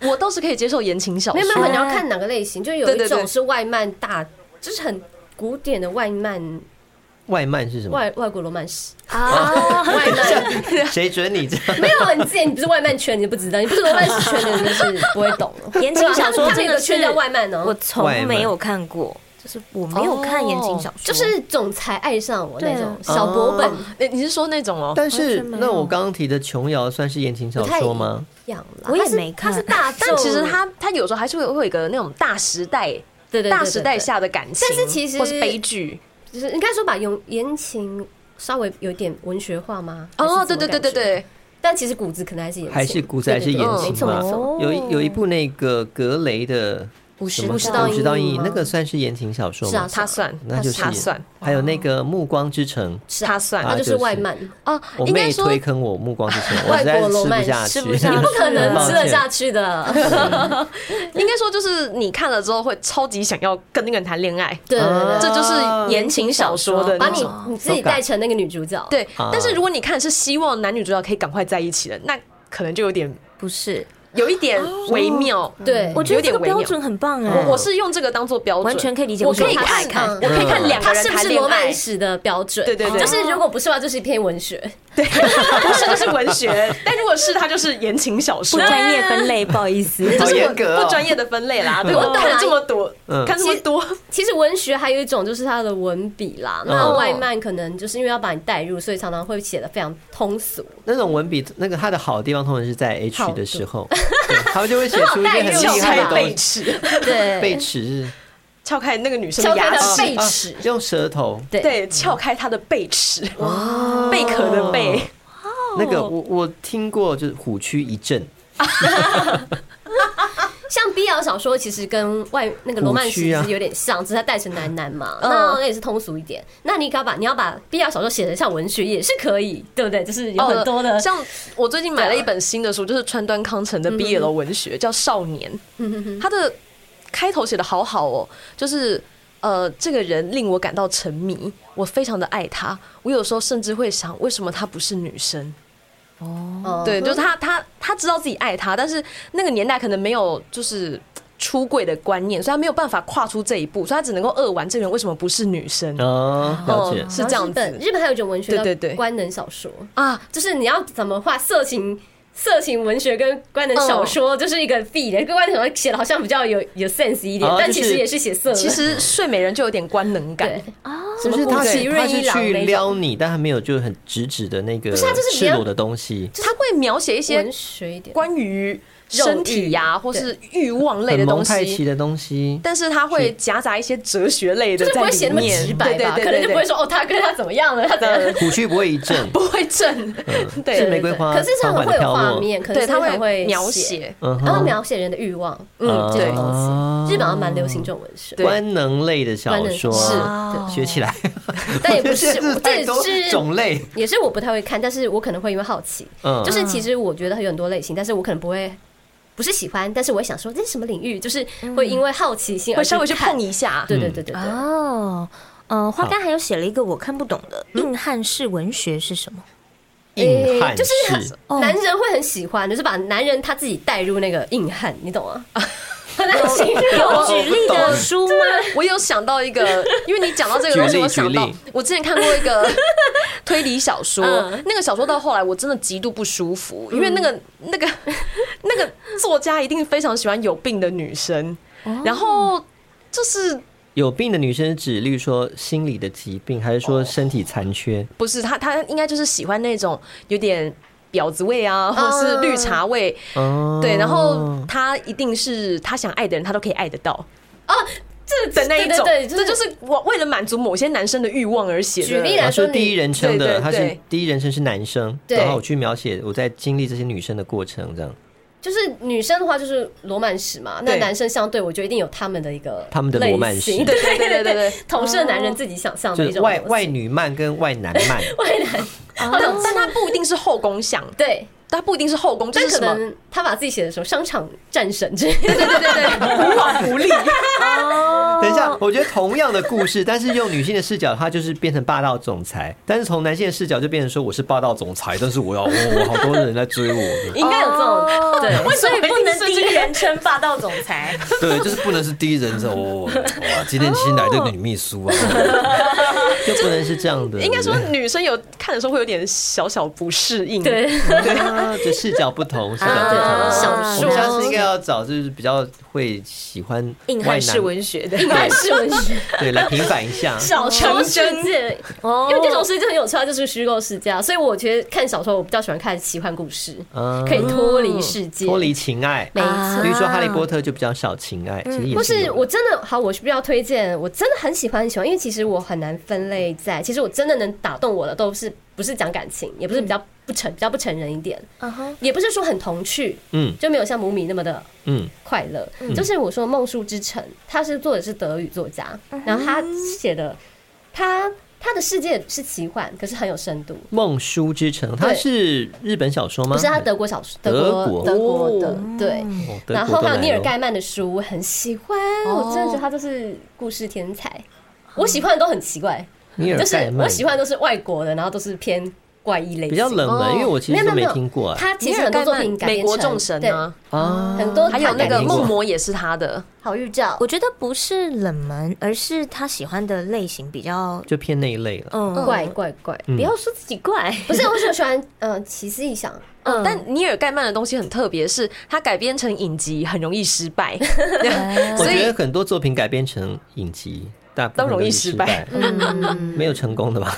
我倒是可以接受言情小没说有，没有，你要看哪个类型，就有对一对对种是外漫大，就是很古典的外漫外漫是什么？外嗯外国罗曼史。啊，外漫谁准你这样？没有，你之前你不是外漫圈，你就不知道，你不是罗曼史圈的，你就是不会 懂了。言情小说他们这有个个圈叫外漫哦，我从没有看过，就是我没有看言情小说，哦就是总裁爱上我那种对小薄本你你是说那种哦？但完是全没那我有刚刚提的琼瑶算是言情不小太说吗？一样啦。我也它是没看它是大众，但其实它它有时候还是会会有一个那种大时代。对对对对大时代下的感情，但是其实或是悲剧就是应该说把言言情稍微有点文学化吗？哦，还对是怎么对对对感觉对，但其实骨子可能还是言情，还是骨子还是对对对言嗯没情错嘛没错。哦有一有一部那个格雷的五什十么五十道五阴十道阴影影，吗那个算是言情小说是吗啊？他算，那就是他算，还有那个《暮光之城》，是啊他算，啊它就是外漫，哦，我应该妹说推坑我《暮光之城》，我外实在国是吃罗曼不下去，吃不下去你不可能嗯吃得下去。去的。应该说就是你看了之后会超级想要跟那个人谈恋爱，对对对这对，就是言情小说的把那你种。你自己带成那个女主角，，对，啊但是如果你看是希望男女主角可以赶快在一起的，那可能就有点不是？有一点微妙。嗯对我觉有得这点个微妙标准很棒我哎，嗯我是用这个当做标准，完全可以理解我为什可么以他看爱看，我可以看两个它人嗯是不谈是恋罗爱曼，史的标准？对对对就是如果不是的话，就是一篇文学。 不是就是文学， 但如果是它就是言情小不说，专业分类，不好意 思。好就是严格哦不专业的分类啦。对我我懂看啦了这么多嗯，看这么多，其实文学还有一种就是它的文笔嗯啦，那哦外漫可能就是因为要把你带入，所以常常会写的非常 通俗。那种文笔，那个它的好的地方，通常是在 H 好的的时候，对他们就会写出一些很撬厉 害哦开的背东西，齿，背对，齿撬开那个女生敲的开牙的齿，背齿，啊用舌头。对对，撬开她的背齿，贝壳的贝。哦那个我我听过，就是虎躯一震，像 B L 小说其实跟外那个罗曼古史其区啊实有点像，只是它带成男男嘛，嗯那也是通俗一点。那你要把你要把 B L 小说写成像文学也是可以，对不对？就是有很多的，哦像我最近买了一本新的书，就是川端康成的 BL 文学，叫《少年》。他的开头写的好好哦，就是呃，这个人令我感到沉迷，我非常的爱他，我有时候甚至会想，为什么她不是女生？哦对，就是他，他他知道自己爱他，但是那个年代可能没有就是出柜的观念，所以他没有办法跨出这一步，所以他只能够扼玩这个人为什么不是女生哦，了解嗯哦。是这样日本子日本还有一种文学对叫对对官能小说，啊？就是你要怎么画色情。色情文学跟官能小嗯说就是一个必然，跟官能小说写的好像比较有有 sense 一点哦，但就是其实也是写色的。其实睡美人就有点官能感对，，哦就是他什是么他宫是崎骏一郎去那种撩你，但他没有就很直指的那个是他就是比较赤裸的东西，他会描写一些文学一点。关于身体呀、肉欲或是欲望类很的蒙东太奇西，的东西。但是他会夹杂一些哲学类的就是在不会写里那么面，直白吧，对对对对可能就不会对说哦，他跟他怎么样了，他怎样了。虎躯不会一震， 不会正，是 对玫瑰花可是他缓很缓的会有飘画落，面，可对是他很会描写，写，嗯哼然后描写人的欲望，嗯，对这，种啊东西，日本好像蛮流行这种文学，对官能类的小官能说，是哇学起来。 但也不是 现在，这太也多是种类，也是我不太会看，但是我可能会因为好奇，嗯，就是其实我觉得有很多类型，但是我可能不会。不是喜欢，但是我会想说这是什么领域，就是会因为好奇心会而稍微去去看碰。一下，对对对对对，哦，嗯，花干还有写了一个我看不懂的嗯硬汉式文学是什么？硬汉诶就是式。哦男人会很喜欢，就是把男人他自己带入那个硬汉，你懂吗？很难形 有容。举例的书吗？我有想到一个，因为你讲到这个东西，举例我想到举例我之前看过一 个推理小说嗯，那个小说到后来我真的极度不舒服，因为那嗯个那个 那个作家一定非常喜欢有病的女生，哦然后就是有病的女生是指，例如说心理的疾病，还是说身体残缺？不是他他应该就是喜欢那种有点。婊子味啊，或是嗯绿茶味，哦，对，然后他一定是他想爱的人，他都可以爱得到哦这的那一种，对，对对这就是我为了满足某些男生的欲望而写的。举例来他说说，啊第一人称对的，啊对他是对第一人称是男生，对然后我去描写我在经历这些女生的过程，这样就是女生的话就是罗曼史嘛，那对男生相对我觉得一定有他们的一个他们的罗曼史类型对对对对对对对，投射男人自己想哦象的就一是种外东西外女漫跟外男 漫，外男，好像但他不一定是后宫像，哦对，他不一定是后宫，就但是可什么能他把自己写的时候商场战神之类的，对对对对，无往 不利。哦哦等一下，我觉得同样的故事，但是用女性的视角，她就是变成霸道总裁；但是从男性的视角，就变成说我是霸道总裁，但是我要我、 我好多人在追我， 应该有这种对。哦 所以不能为什么第一定是这个一人称霸道总 裁。对，就是不能是第一人称哦。哇，今天哦新来的女秘书啊， 就不能是这样的。应该说对不对女生有看的时候会有点小小不适应，对，对啊，就视角不同，视角不啊同。小我们下次说应该要找就是比较会喜欢硬外汉式男，文学的应该是文学对，来平反一 下。小成说世真界，哦因为这种事就很有趣，它就是虚构世界啊。所以我觉得看小说，我比较喜欢看奇幻故事，嗯可以脱离世界，脱离情爱，没啊错比。如说《哈利波特》就比较少情爱，其实也不是嗯是，有我真的好，我是不要推荐，我真的很喜欢很喜欢，因为其实我很难分类在，其实我真的能打动我的都是不是讲感情，也不是比较不成比较不成人一点，嗯也不是说很童趣，嗯就没有像母米那么的嗯快乐。就是我说《梦树之城》，他是作者是德语作家，嗯然后他写的他。他的世界是奇幻，可是很有深度。 《梦书之城》，它对是日本小说吗？不是他德国小说，德国德德国国的嗯哦对，哦德然国后都还来有尼尔了盖曼的书，我很喜欢，哦我真的觉得他就是故事天才。我喜欢的都很奇怪，尼尔就是盖曼，我喜欢的都是外国的，然后都是偏怪异类型，比较冷哦门，因为我其没实有都没有听过哎他其实很多作品改编美国成众神对啊，啊很多还有那个没听过梦魔也是他的，好预兆我觉得不是冷门，而是他喜欢的类型比较就偏那一类哦了。嗯怪怪怪，嗯不要说自己怪，不是我是喜欢嗯奇思异想，嗯，但尼尔盖曼的东西很特别，是它改编成影集很容易失败，我 所觉得以很多作品改编成影集，大部分都容易失失败败， 嗯， 没有成功的吧？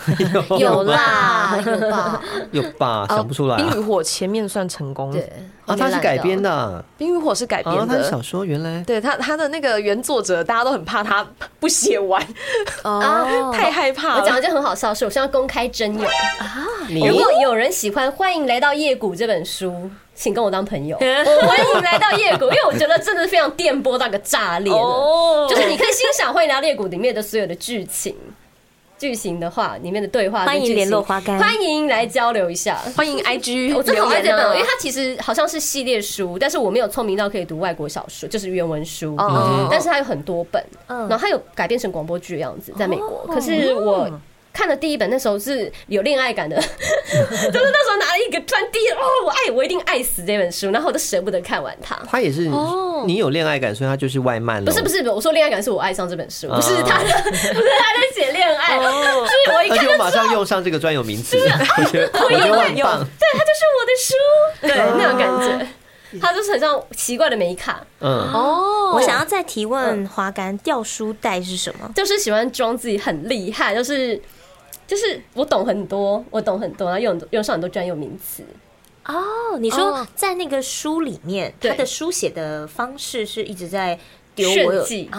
有吧啦有吧， 有哦吧？想不出来冰啊与火前面算成功，对啊！哦它是改编，的啊，冰与火是改编啊它是的小。说，原来对他，他的那个原作者，大家都很怕他不写完，哦 太害怕我讲了一。件很好笑的啊事，我现在公开真友。你如果有人喜欢，欢迎来到《夜谷》这本书。请跟我当朋 友，我欢迎来到夜谷，因为我觉得真的是非常电波到一个炸 裂了，哦就是你可以欣赏《欢迎来到猎谷》里面的所有的剧情。剧情的话，里面的对话，欢迎剧情联络花干欢迎来交流一下。欢 迎 IG 我真的好爱这留言本啊哦，因为它其实好像是系列书，但是我没有聪明到可以读外国小说，就是原文书。哦但是它有很多本，嗯然后它有改编成广播剧的样子，在美哦国。可是我看了第一本，那时候是有恋爱感的，就是那时候拿了一个突然第一哦，我爱我一定爱死这本书，然后我都舍不得看完它。他也是你有恋爱感，所以他就是外漫哦了。哦不是不是，是，我说恋爱感是我爱上这本书，哦不是他的，不是他在写恋爱，就是我一而看且就我知马道上用上这个专有名词， 我觉 得我觉得很棒。对，它就是我的书，对那种感觉，它就是很像奇怪的美卡，嗯，哦我想要再提问花干掉书袋是什么？就是喜欢装自己很厉害，就是就是我懂很多，我懂很多，然后用用上很多专有名词，哦，你说在那个书里面，对他的书写的方式是一直在丢我炫有技，哦，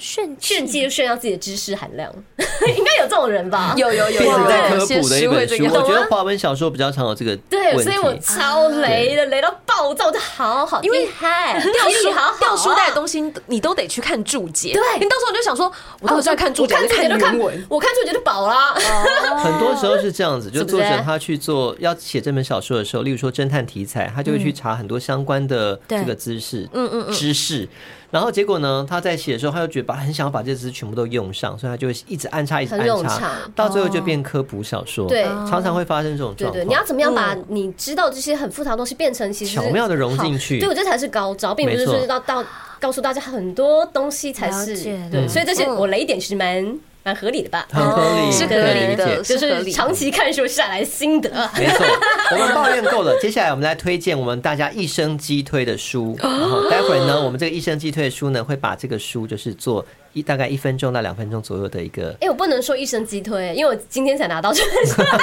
炫技炫技就炫耀自己的知识含量， 应该有这种人吧？有有有哦变成有在有科些普的一书会本这书，个我觉得华文小说比较常有这个对，问所以我题。超雷的，雷到爆炸，我就好好因为嗨，啊掉书好好掉书啊袋的西。东西，你都得去看注解。对你到时候你就想说，哦我到底是要看注解，我看注解就还是看原文。，哦我看注解就饱啦。哦很多时候是这样子，就是是不作是者他去做要写这本小说的时候，例如说侦探题材，他就会去查很多相关的对这个知识，嗯嗯知识。然后结果呢，他在写的时候，他就觉得把很想要把这些知识全部都用上，所以他就会一直安插，一直很安冗插长，到最后就变科普小说。啊对常常会发生这种对状对，况。你要怎么样把你知道这些很复杂的东西变成其嗯实巧妙地融进好去对我这才是高招，并不是没错说到到告诉大家很多东西才是了解了对，解所以这些我雷点其实蛮蛮合理的吧，很合理，是可以合理理解的就是合是理的长期看书下来心得。没错，我们抱怨够了，接下来我们来推荐我们大家一生击推的 书。然后待会儿呢，我们这个一生击推的书呢，会把这个书就是做一大概一分钟到两分钟左右的一个。哎，我不能说一生击推，因为我今天才拿到这本 书，所以我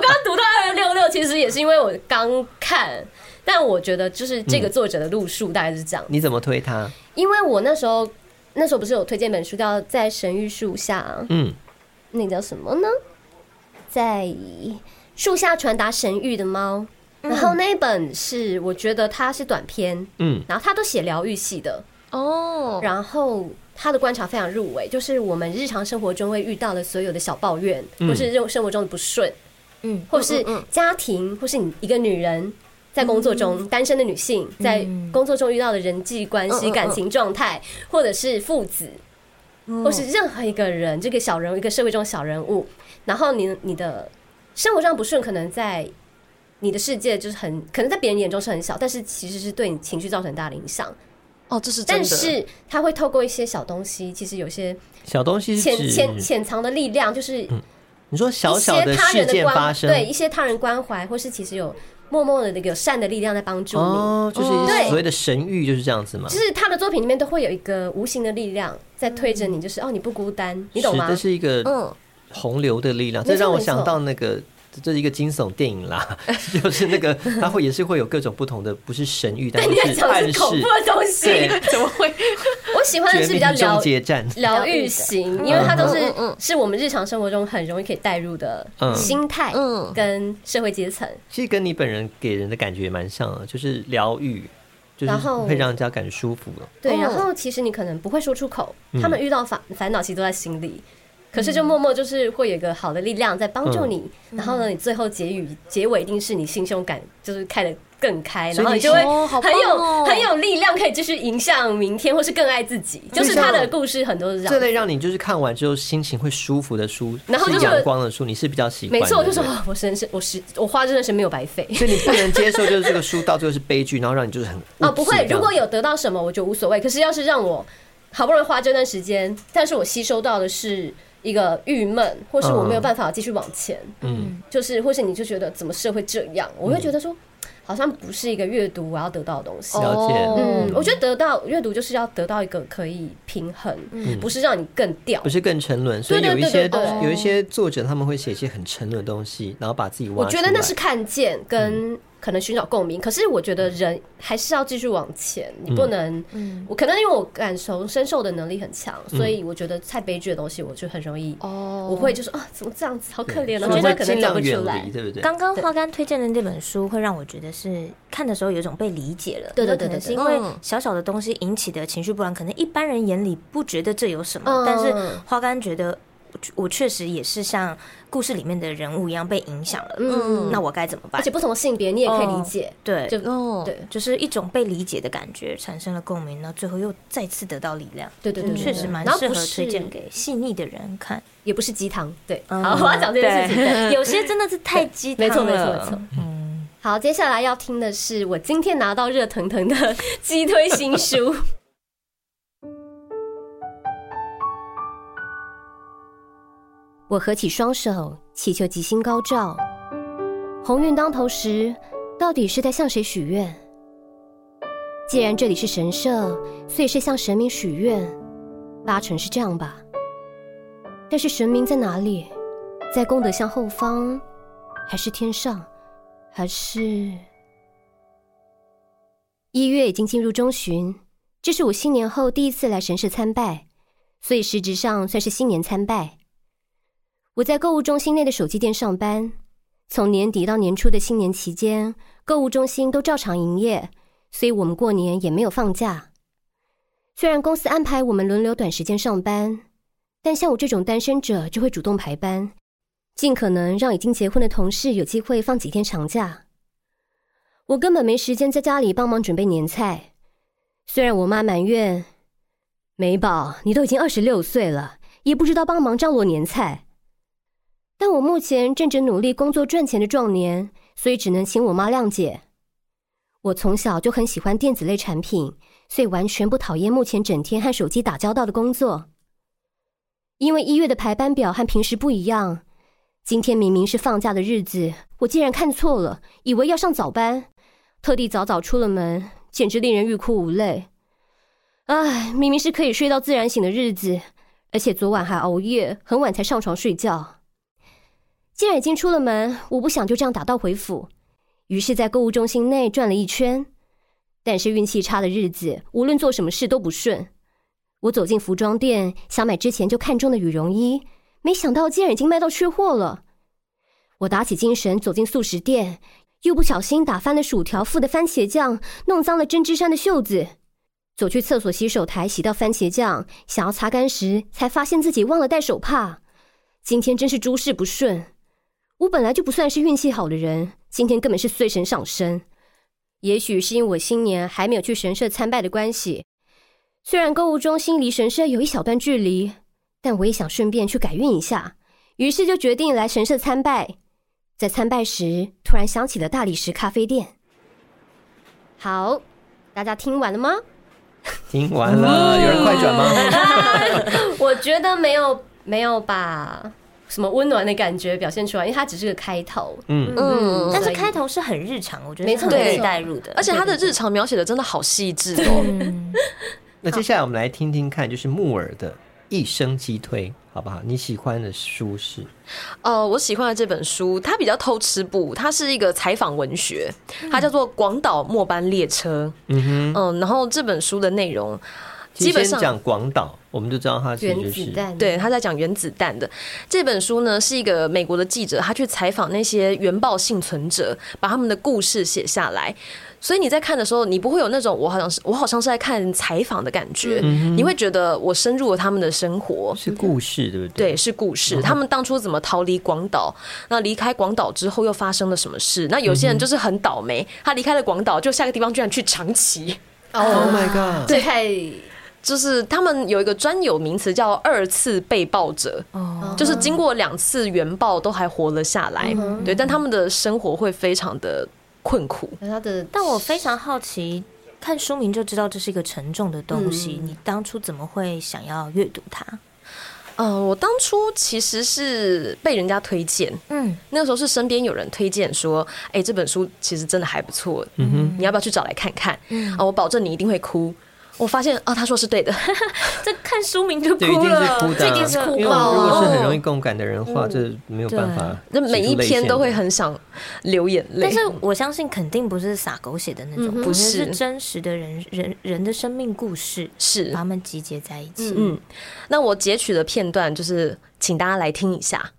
刚刚读到二六六，其实也是因为我刚看。但我觉得就是这个嗯作者的路数大概是这样，你怎么推它？因为我那时候那时候不是有推荐一本书叫《在神谕树下》，嗯，那叫什么呢？在树下传达神谕的猫。嗯然后那一本是，我觉得它是短篇，嗯，然后它都写疗愈系的，哦，然后他的观察非常入围，就是我们日常生活中会遇到的所有的小抱怨，或是生生活中的不顺，嗯，或是家庭，或是你一个女人在工作嗯中单身的女性在工作中遇到的人际关嗯系、嗯嗯感情状态，或者是父子，嗯或是任何一个人，这个小人物，一个社会中的小人物，然后你你的生活上不顺，可能在。你的世界就是很可能在别人眼中是很小，但是其实是对你情绪造成很大的影响。哦，这是真的。但是他会透过一些小东西，其实有些小东西潜是潜指潜藏的力量，就是一你说小小些他事人的件发关生，对一些他人关怀，或是其实有默默的有善的力量在帮助你。哦，就是对所谓的神谕就是这样子嘛就。是他的作品里面都会有一个无形的力量在推着你，就是哦，你不孤单，你懂是吗这？是一个嗯，洪流的力量，没错这让我没错想到那个。这是一个惊悚电影啦， 就是那个，它会也是会有各种不同的，不是神谕，但 对，你在是讲的暗是示，恐怖的东西。对 怎么会？ 我喜欢的是比较绝命终疗结战。疗愈型，因为它都是嗯嗯嗯是我们日常生活中很容易可以带入的嗯心态嗯跟社会阶层。 其实跟你本人给人的感觉也蛮像的，就是疗愈，就是然后会让人家感觉舒服。对，哦然后其实你可能不会说出口，嗯他们遇到烦烦恼其实都在心里，可是就默默就是会有一个好的力量在帮助你，嗯然后呢，你最后结语结尾一定是你心胸感就是开的更开，所以然后你你就会哦好棒很有、哦很有力量，可以继续迎向明天，或是更爱自己。就是他的故事很多是这这样。类让你就是看完之后心情会舒服的书，然后是就是阳光的书，你是比较喜欢没的。错，我就说对不对哇我真是哦我是我花真的是没有白费。所以你不能接受，就是这个书到最后是悲剧，然后让你就是 很哦，不物质这会，样如果有得到什么，我就无所谓。可是要是让我好不容易花这段时间，但是我吸收到的是一个郁闷，或是我没有办法继续往前，嗯就是或是你就觉得怎么社会这样，我会觉得说，好像不是一个阅读我要得到的东西。了解哦嗯，我觉得得到阅读就是要得到一个可以平衡，嗯不是让你更掉不。是更沉沦，所以有一对对些对对对有一些作者他们会写一些很沉沦的东西，然后把自己挖我出来。嗯觉得那是看见跟可能寻找共鸣。可是我觉得人还是要继续往前，嗯你不能，我可能因为我感同身受的能力很强，嗯所以我觉得太悲剧的东西，我就很容易，哦我会就说啊，怎么这样子，好可怜所哦，以我觉会得可尽能走量不远出来离，。对不对？刚刚花干推荐的那本书，会让我觉得是看的时候有一种被理解了。对对那对可能对是因对为嗯小小的东西引起的情绪波澜，可能一般人眼里不觉得这有什么，嗯但是花干觉得我我确实也是像故事里面的人物一样被影响了。嗯那我该怎么办而且？不同性别你也可以理解，对，就哦，对就是一种被理解的感觉，产生了共鸣，那最后又再次得到力量。对对对，对嗯对确实蛮嗯然后适不合是推荐给细腻的人看。也不是鸡汤，对。嗯好，我要讲这件事情。对有些真的是太鸡汤没了，错，没错，没错。嗯，好，接下来要听的是我今天拿到热腾腾的鸡推新书。我合起双手，祈求吉星高照。鸿运当头时，到底是在向谁许愿？既然这里是神社，所以是向神明许愿，八成是这样吧。但是神明在哪里？在功德箱后方，还是天上？还是一月已经进入中旬，这是我新年后第一次来神社参拜，所以实质上算是新年参拜。我在购物中心内的手机店上班，从年底到年初的新年期间，购物中心都照常营业，所以我们过年也没有放假。虽然公司安排我们轮流短时间上班，但像我这种单身者就会主动排班，尽可能让已经结婚的同事有机会放几天长假。我根本没时间在家里帮忙准备年菜，虽然我妈埋怨：“美宝，你都已经二十六岁了，也不知道帮忙张罗年菜。”但我目前正值努力工作赚钱的壮年，所以只能请我妈谅解。我从小就很喜欢电子类产品，所以完全不讨厌目前整天和手机打交道的工作。因为一月的排班表和平时不一样，今天明明是放假的日子，我竟然看错了，以为要上早班，特地早早出了门，简直令人欲哭无泪。唉，明明是可以睡到自然醒的日子，而且昨晚还熬夜，很晚才上床睡觉。既然已经出了门，我不想就这样打道回府，于是，在购物中心内转了一圈。但是运气差的日子，无论做什么事都不顺。我走进服装店，想买之前就看中的羽绒衣，没想到竟然已经卖到缺货了。我打起精神走进素食店，又不小心打翻了薯条附的番茄酱，弄脏了针织衫的袖子。走去厕所洗手台洗掉番茄酱，想要擦干时，才发现自己忘了带手帕。今天真是诸事不顺。我本来就不算是运气好的人，今天根本是衰神上身。也许是因为我新年还没有去神社参拜的关系，虽然购物中心离神社有一小段距离，但我也想顺便去改运一下，于是就决定来神社参拜。在参拜时，突然想起了大理石咖啡店。好，大家听完了吗？听完了，嗯有人快转吗？我觉得没有没有把什么温暖的感觉表现出来，因为它只是个开头。嗯，嗯但是开头是很日常，我觉得没是错很可没以错带入的， 而且他的对日常描写的真的好细致哦。嗯那接下来我们来听听看，就是木耳的一生击推，好不好？你喜欢的书是？呃，我喜欢的这本书，它比较偷吃不，它是一个采访文学，它叫做《广岛末班列车》。嗯嗯哼，嗯，然后这本书的内容其实基本先上讲广岛，我们就知道它其实原就子是弹，对，他在讲原子弹的这本书呢，是一个美国的记者，他去采访那些原爆幸存者，把他们的故事写下来。所以你在看的时候，你不会有那种我好像是我好像是在看采访的感觉，嗯你会觉得我深入了他们的生活。是故事，对不对？对，嗯是故事。他们当初怎么逃离广岛？那离开广岛之后又发生了什么事？那有些人就是很倒霉，他离开了广岛，就下个地方居然去长崎。 ，Oh 哦， my god！这太就是他们有一个专有名词叫二次被爆者，哦就是经过两次原爆都还活了下来，对，但他们的生活会非常的困苦。它的嗯但我非常好奇，看书名就知道这是一个沉重的东西，嗯你当初怎么会想要阅读它？呃，我当初其实是被人家推荐， 嗯，那个时候是身边有人推荐说，哎、这本书其实真的还不错，嗯哼，嗯你要不要去找来看看？啊、我保证你一定会哭。我发现哦，他说是对的， 这看书名就就一哭定是了，哭的这啊，一定是哭因为爆我如了果是很容易共感的人的话，这没有对办法嗯挤那出泪腺的。每一篇都会很想流眼泪。但是我相信肯定不是撒狗血的那种，哼我觉得是是真实的人人人的生命故事，是把它们集结在一起。嗯，那我截取的片段就是，请大家来听一下。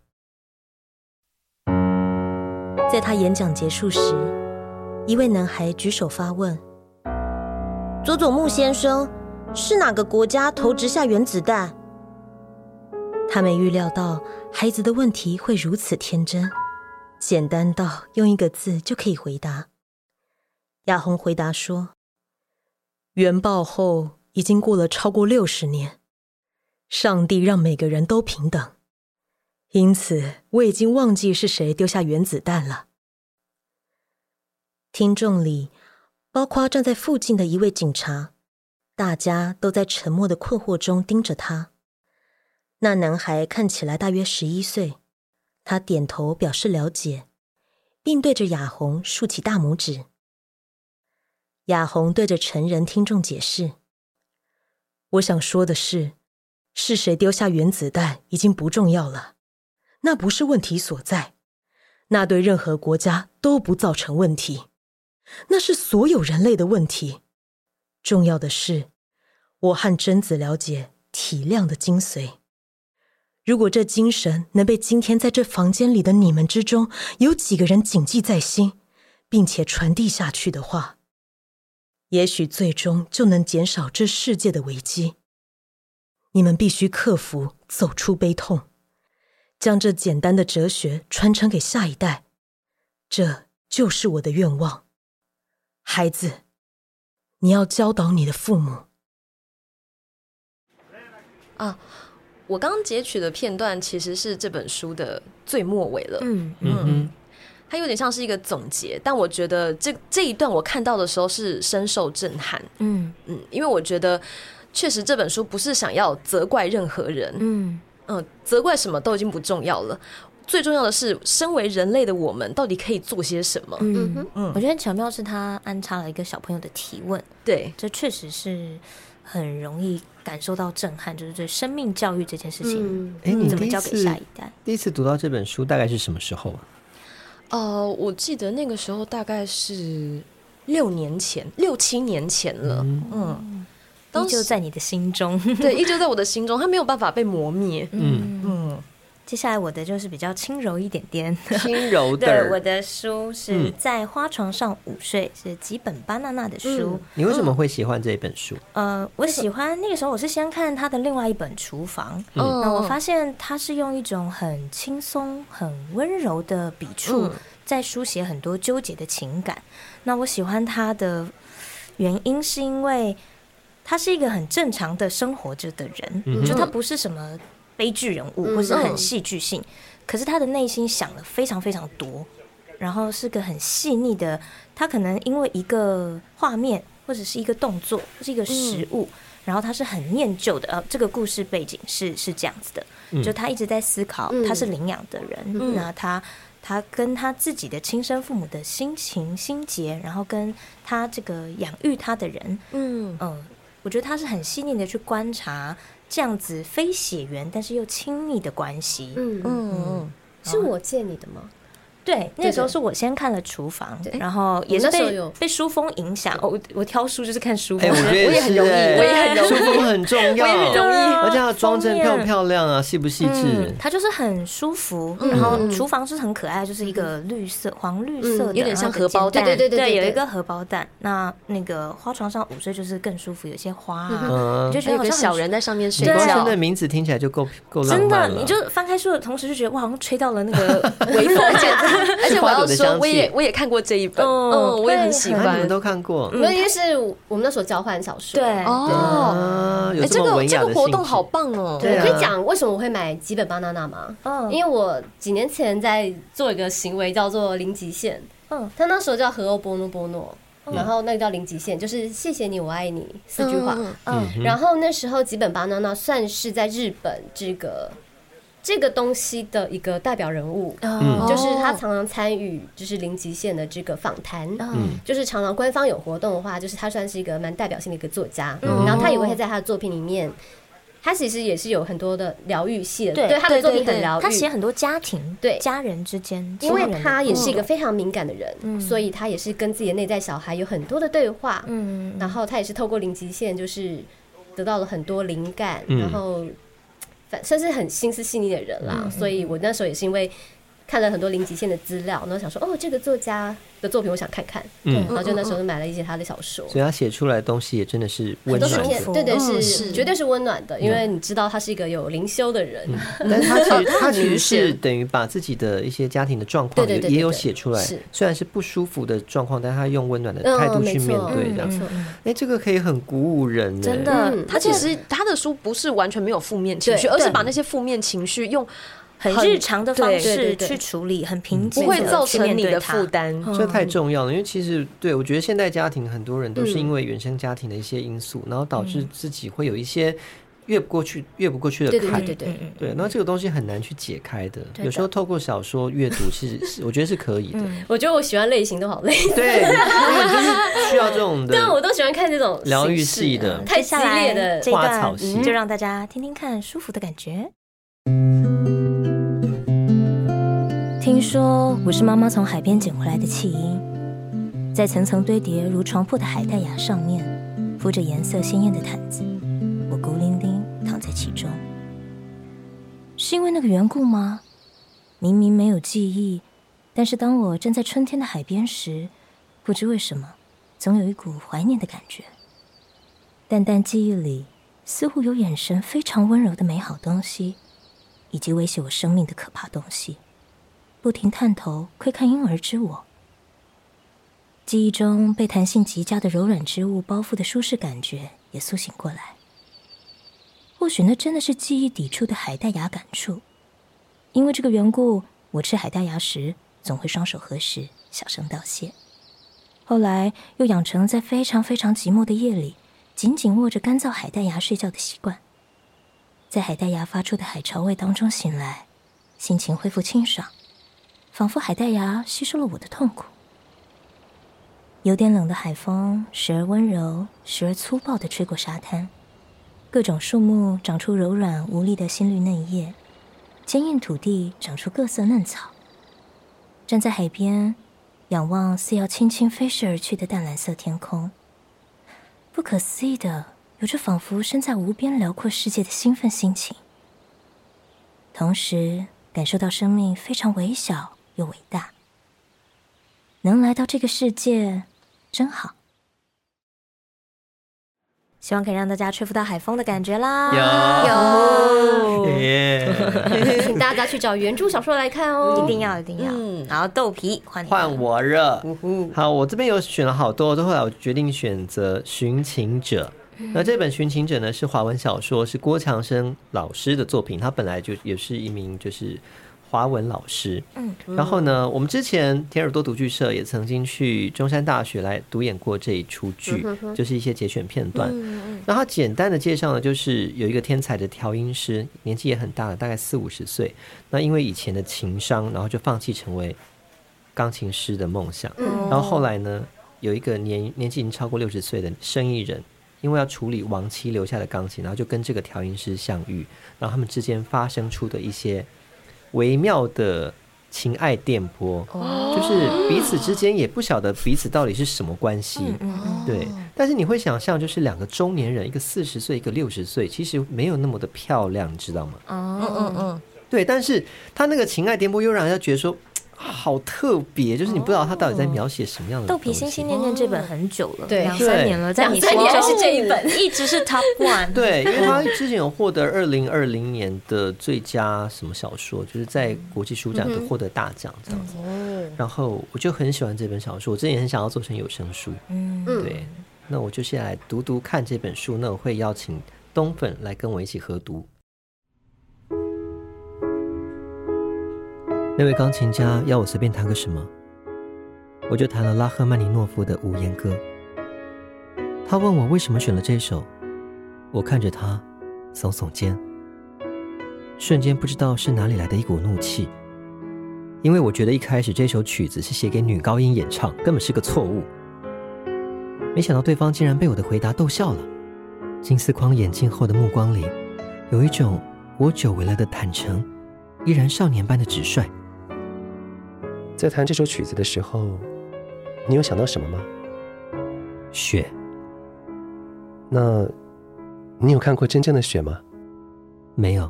在他演讲结束时，一位男孩举手发问：“佐佐木先生，是哪个国家投掷下原子弹？”他没预料到孩子的问题会如此天真，简单到用一个字就可以回答。亚红回答说：“原爆后已经过了超过六十年，上帝让每个人都平等。”因此，我已经忘记是谁丢下原子弹了。听众里，包括站在附近的一位警察，大家都在沉默的困惑中盯着他。那男孩看起来大约十一岁，他点头表示了解，并对着雅红竖起大拇指。雅红对着成人听众解释：“我想说的是，是谁丢下原子弹已经不重要了，那不是问题所在，那对任何国家都不造成问题，那是所有人类的问题。重要的是，我和贞子了解体谅的精髓。如果这精神能被今天在这房间里的你们之中有几个人谨记在心，并且传递下去的话，也许最终就能减少这世界的危机。你们必须克服，走出悲痛，将这简单的哲学传承给下一代。这就是我的愿望。孩子，你要教导你的父母。我刚刚截取的片段其实是这本书的最末尾了，嗯，嗯它有点像是一个总结，但我觉得这这一段我看到的时候是深受震撼，嗯嗯，因为我觉得确实这本书不是想要责怪任何人，嗯嗯，责怪什么都已经不重要了，最重要的是身为人类的我们到底可以做些什么？嗯嗯哼，嗯我觉得很巧妙是他安插了一个小朋友的提问，对，这确实是很容易感受到震撼，就是对生命教育这件事情，嗯，哎，你怎第么一交给下次一代？第一次读到这本书大概是什么时候啊？呃，我记得那个时候大概是六年前，六七年前了，嗯，依当旧时在你的心中。 对，依旧在我的心中，它没有办法被磨灭，嗯嗯，接下来我的就是比较轻柔一点 点。轻柔对，的。我的书嗯是在花床上午睡，是吉本巴娜娜的书。你为什么会喜欢这本书？呃，我喜欢那个时候，我是先看他的另外一本《厨房》，嗯那我发现他是用一种很轻松、很温柔的笔触，嗯在书写很多纠结的情感。那我喜欢他的原因是因为他是一个很正常的生活着的人，嗯哼就他不是什么悲剧人物，或是很戏剧性，可是他的内心想了非常非常多，然后是个很细腻的，他可能因为一个画面或者是一个动作或是一个食物，然后他是很念旧的。呃，这个故事背景是是这样子的，就他一直在思考，他是领养的人，那他。他跟他自己的亲生父母的心情、心结，然后跟他这个养育他的人，嗯嗯，我觉得他是很细腻的去观察这样子非血缘但是又亲密的关系。嗯嗯，嗯是啊我借你的吗？对，那对时候对是我先看了《厨房对》，然后也我是那时候被有被书风影响。哦我我挑书就是看书哎，风，我觉得我也很是容易哎我也很容易书封很重要，我也很容易而且它的装帧漂不漂亮啊，细不细致嗯，？它就是很舒服，然后厨房是很可爱，就是一个绿色、黄绿色的，有点然后像一个荷包蛋煎对对对对对有一个荷包蛋。那那个花床上午睡就是更舒服，有些花啊，嗯你，就觉还有个得好像很小人在上 面睡啊你光是觉那，名字听起来就够够浪真的，漫了。你就翻开书的同时就觉得哇，好像吹到了那个微风，而且 而且我花朵要的说，香我也气我也看过这一本，嗯嗯，我也很对喜啊你欢们。都看过因为是我们那时候交换小说，对哦，啊？有哎，这么个文这雅个的活性动质好棒哦，对啊我可以讲为什么我会买几本巴娜娜吗？嗯因为我几年前在做一个行为叫做零极限，嗯嗯，他那时候叫和欧波诺波诺，然后那个叫零极限，就是谢谢你，我爱你四句话。嗯然后那时候几本巴娜娜算是在日本这个这个东西的一个代表人物，哦嗯就是他常常参与就是零极限的这个访谈，哦嗯就是常常官方有活动的话，就是他算是一个蛮代表性的一个作家，嗯然后他也会在他的作品里面，他其实也是有很多的疗愈系的，对他的作品对很疗愈，他写很多家庭、对家人之间，因为亲人他也是一个的非常敏感的人，所以他也是跟自己的内在小孩有很多的对话，嗯，然后他也是透过零极限，就是得到了很多灵感，嗯然后反算是很心思细腻的人嗯啦。所以我那时候也是因为看了很多零极限的资料，然后想说，哦，这个作家的作品我想看看，嗯然后就那时候就买了一些他的小说。所以他写出来的东西也真的是温很多暖的是嗯偏，对对嗯是，是绝对是温暖的，因为你知道他是一个有灵修的人，但是他其实他其很实明是显等于把自己的一些家庭的状况对也对对也有对对写出来是，虽然是不舒服的状况，但他用温暖的嗯态度没去面错嗯对这样嗯没。错哎，这个可以很鼓舞人哎呢，真的嗯他其实他的书不是完全没有负面情绪，对而是对把那些负面情绪用很日常的方对对式对对去处理，很平静不地会去造成面你对的它负。担。嗯这太重要了，因为其实对我觉得现代家庭很多人都是因为原生家庭的一些因素，然后导致自己会有一些越不过去、越不过去的对对坎。对对对，对，那这个东西很难去解开的，的有时候透过小说阅读是，是我觉得是可以的。我觉得我喜欢类型都好类似，对， 因为就是需要这种的 但我都喜欢看这种疗愈形式系的太接激下烈来的 这一花段草系就让大家听听看舒服的感觉。听说我是妈妈从海边捡回来的弃婴，在层层堆叠如床铺的海带芽上面，铺着颜色鲜艳的毯子，我孤零零躺在其中。是因为那个缘故吗？明明没有记忆，但是当我站在春天的海边时，不知为什么，总有一股怀念的感觉。淡淡记忆里，似乎有眼神非常温柔的美好东西，以及威胁我生命的可怕东西。不停探头窥看婴儿之我，记忆中被弹性极佳的柔软织物包覆的舒适感觉也苏醒过来。或许那真的是记忆抵触的海带芽感触，因为这个缘故，我吃海带芽时总会双手合十，小声道谢。后来又养成在非常非常寂寞的夜里，紧紧握着干燥海带芽睡觉的习惯。在海带芽发出的海潮味当中醒来，心情恢复清爽，仿佛海带芽吸收了我的痛苦。有点冷的海风，时而温柔，时而粗暴地吹过沙滩，各种树木长出柔软无力的新绿嫩叶，坚硬土地长出各色嫩草。站在海边，仰望似要轻轻飞逝而去的淡蓝色天空，不可思议的有着仿佛身在无边辽阔世界的兴奋心情，同时感受到生命非常微小又伟大。能来到这个世界，真好。希望可以让大家吹拂到海风的感觉啦。哦 有耶，请大家去找原著小说来看哦一。定要一定要。嗯然后豆皮换你换我热。嗯，好，我这边有选了好多，最后来我决定选择《寻情者》。那这本《寻情者》呢，是华文小说，是郭强生老师的作品。他本来就也是一名就是华文老师。嗯，然后呢，我们之前天耳朵读剧社也曾经去中山大学来读演过这一出剧，就是一些节选片嗯哦嗯段。那他简单的介绍呢，就是有一个天才的调音师，年纪也很大了，大概四五十岁。那因为以前的情伤，然后就放弃成为钢琴师的梦想。哦嗯然后后来呢，有一个年年纪已经超过六十岁的生意人，因为要处理亡妻留下的钢琴，然后就跟这个调音师相遇，然后他们之间发生出的一些微妙的情爱电波，就是彼此之间也不晓得彼此到底是什么关系。嗯哦对，但是你会想象，就是两个中年人，一个四十岁，一个六十岁，其实没有那么的漂亮，你知道吗？嗯嗯对，但是他那个情爱颠簸又让人家觉得说。嘖好特别，就是你不知道他到底在描写什么样的豆皮东西心心念念这本很久了，对两三年了，在你心两中三年是这一本，一直是 top one。对，因为他之前有获得二零二零年的最佳什么小说，就是在国际书展都获得大奖这样子。然后我就很喜欢这本小说，我之前也很想要做成有声书。嗯，对，那我就先来读读看这本书。那我会邀请东粉来跟我一起合读。那位钢琴家要我随便弹个什么，我就弹了拉赫曼尼诺夫的《无言歌》。他问我为什么选了这首，我看着他，耸耸肩，瞬间不知道是哪里来的一股怒气，因为我觉得一开始这首曲子是写给女高音演唱，根本是个错误。没想到对方竟然被我的回答逗笑了。金丝框眼镜后的目光里，有一种我久违了的坦诚，依然少年般的直率。在弹这首曲子的时候，你有想到什么吗？雪，那，你有看过真正的雪吗？没有。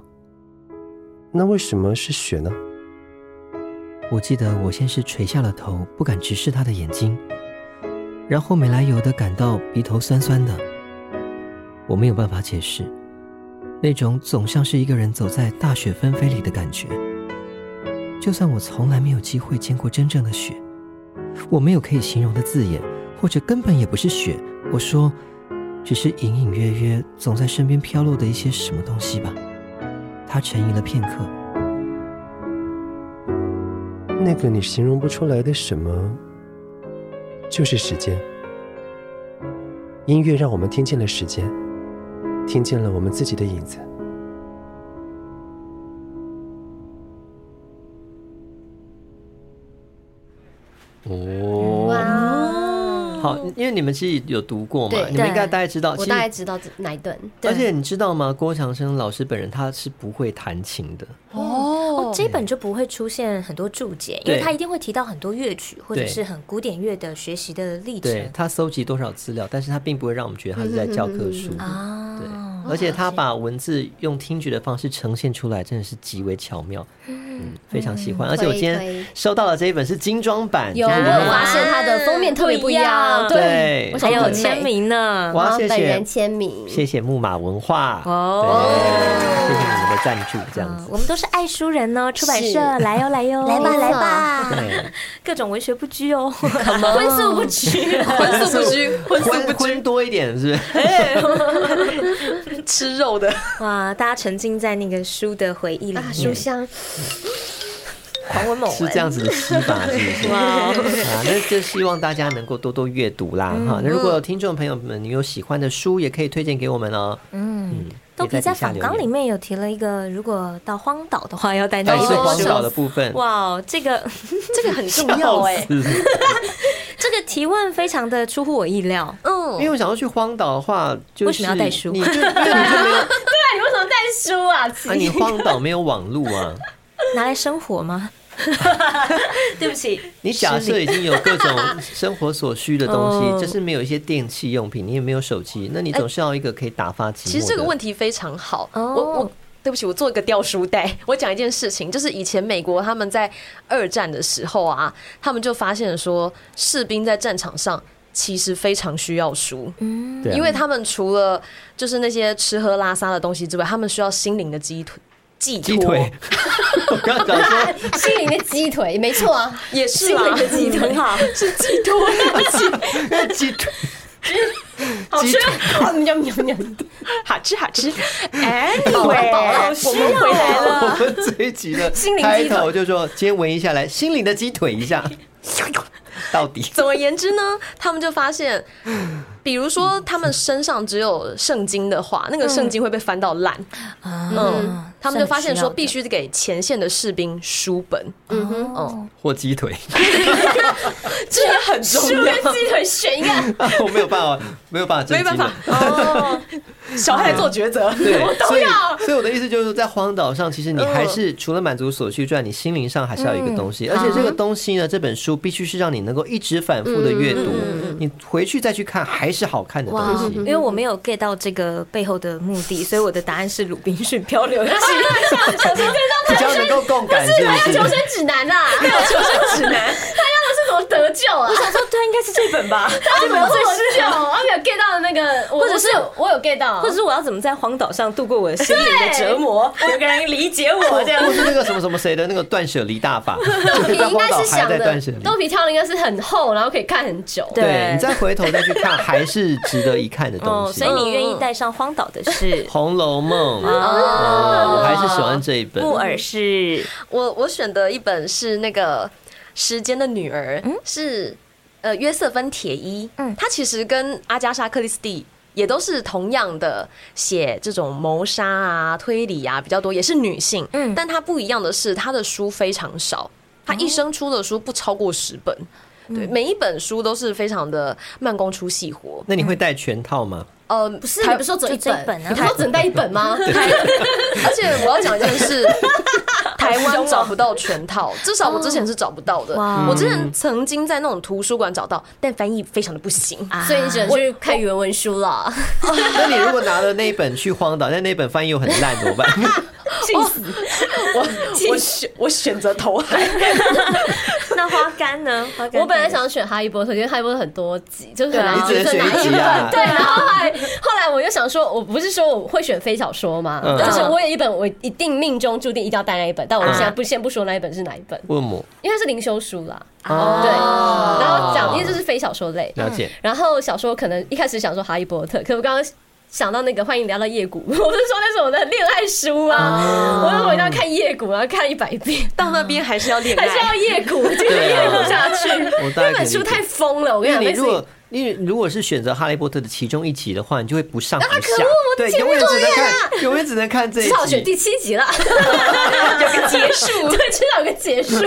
那为什么是雪呢？我记得我先是垂下了头，不敢直视他的眼睛，然后没来由的感到鼻头酸酸的。我没有办法解释，那种总像是一个人走在大雪纷飞里的感觉。就算我从来没有机会见过真正的雪，我没有可以形容的字眼，或者根本也不是雪。我说，只是隐隐约约总在身边飘落的一些什么东西吧。他沉吟了片刻，那个你形容不出来的什么，就是时间。音乐让我们听见了时间，听见了我们自己的影子。哦，好，因为你们是有读过嘛，哦对你们应该大概知道。我其大概实，知道哪一段。而且你知道吗？郭强生老师本人他是不会弹琴的，哦，这一本就不会出现很多注解，因对为他一定会提到很多乐曲或者对是很古典乐的学习的历对程他搜集多少资料，但是他并不会让我们觉得他是在教科书。嗯啊。对，哦而且他把文字用听觉的方式呈现出来，真的是极为巧妙，嗯，非常喜欢。而且我今可以天收到了这一本是精装版，有，我啊就有是发现它的封面特别不一样，样不一对我想还有很美签，名呢，哇，然后谢本人谢签名，谢谢木马文化哦对谢谢你们的赞助，这样嗯子。我们都是爱书人哦，出版是社来哟来哟，来吧来吧，对，各种文学不拘哦， 荤素不拘，荤素不拘，荤素荤不荤拘，多一点是不是？吃肉的。哇，大家沉浸在那个书的回忆里啊，面，书香，狂文猛哦是这样子的吸法，是 不是？ 啊，那就希望大家能够多多阅读啦，嗯哈。那如果有听众朋友们，你有喜欢的书，也可以推荐给我们哦。嗯，豆皮也在底下访留纲言里面有提了一个，如果到荒岛的话要带哪但一是本哎荒书？岛的部分，哦 哇欸哦，这个这个很重要哎、嗯 这个提问非常的出乎我意料。因为我想要去荒岛的话，就是为什么要带书你就因为你就没有 那你为什么带书啊？啊，你荒岛没有网路啊，拿来生活吗？对不起，你假设已经有各 种生活所需的东嗯哦西，就是没有一些电器用品，你也没有手机，那你总是要一个可以打发寂寞。其实这个问题，题非常好，哦我我。对不起，我做一个掉书袋。 我讲一件事情，就是以前美国他们在二战的时候啊，他们就发现说，士兵在战场上其实非常需要书，对啊因为他们除了就是那些吃喝拉撒的东西之外，他们需要心灵的寄托，寄鸡 托腿，我刚刚讲 说心灵的鸡腿，没错啊， 也是心啦灵，的鸡腿，好， 是寄托，鸡腿， 好鸡吃，腿。喵喵喵，好吃，好吃。哎，宝宝，我们回来 了。我们这一集的啊心灵开鸡腿头就说，今天闻一下来，心灵的鸡腿一 下，到底总而言之呢，他们就发现，比如说他们身上只有圣经的话，那个圣经会被翻到烂。嗯嗯，，他们就发现说，必须须给前线的士兵书本，嗯哼，哦或鸡腿。 这也很重猪要。跟鸡腿选一个，啊我没有办法，没有办法，没办法，，哦， 小孩做抉择，对我，都所以要。所以我的意思就是，在荒岛上，其实你还是除了满足所需之外，你心灵上还是要有一个东西，而且这个东西呢，这本书必须是让你能够一直反复的阅读，你回去再去看还是好看的东哇，啊因西。为我没有 get 到这个背后的目的，所以我的答案是鲁滨逊漂流记。比较能够共感，是还不有求是生？指南啊，还有求生指南，他要的是怎么得救啊？ 他说对，应该是这本吧，这本最适合我，没有 get 到的那个，或者是我有 get 到，或者是我要怎么在荒岛上度过我的心灵的折磨，有个人理解我这样或。是那个什么什么谁的那个断舍离大法，就豆皮是在应荒该岛是还想在断舍的，离。豆皮挑的应该是很厚，然后可以看很久。对你嗯再回头再去看，还是值得一看的东哦，西所。以你愿意带上荒岛的是 《红楼梦》哦，我还是喜欢这一本。木耳是我我选的一本是那个《时间的女儿》，是呃约瑟芬·铁伊，嗯，他其实跟阿加莎·克里斯蒂也都是同样的写这种谋杀啊、推理啊比较多，也是女性。嗯但她不一样的是，她的书非常少，她一生出的书不超过十本。对，每一本书都是非常的慢工出细活。那你会带全套吗？呃，不是，你不是说只有就一这一本，本啊你不是说只能带一本 吗？而且我要讲的 是，台湾找不到全套，至少我之前是找不到的。哇我之前曾经在那种图书馆找到，但翻译非常的不行。所以你只能去看原文书了， 那你如果拿了那一本去荒岛，但那本翻译又很烂，怎么 办？气死！我我选我选择投海，那花干呢？花干我本来想选《哈利波特》，因为《哈利波特》很多集，就是很对啊难只能你哪选一集本。啊对，然后后来后来我就想说，我不是说我会选非小说嘛，嗯啊但是我有一本我一定命中注定一定要带那一本，但我现在不先不说那一本是哪一本，问我因为它是灵修书啦。对，哦然后讲，因为这是非小说类，了解。然后小说可能一开始想说《哈利波特》，可我刚刚想到那个欢迎聊到夜谷， 我不是说那是我的恋爱书哦啊，我说我一定要看夜谷，然后看一百遍，到那边还是要恋还是爱。要夜谷，继续对夜啊谷下去。我大概可以那本理解书太疯了，我跟因为你讲，那你是如果你如果是选择《哈利波特》的其中一集的话，你就会不上不可恶下，我对，前永面远只能看，永远只能看这一至少选集。第七集了， 有个结束， 哦对，至少有个结 束，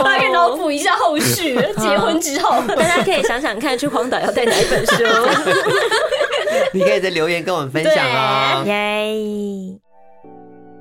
我还可以脑补一下后续，结婚之后。大家可以想想看，去荒岛要带哪一本书？ 你可以在留言跟我们分享啊。耶！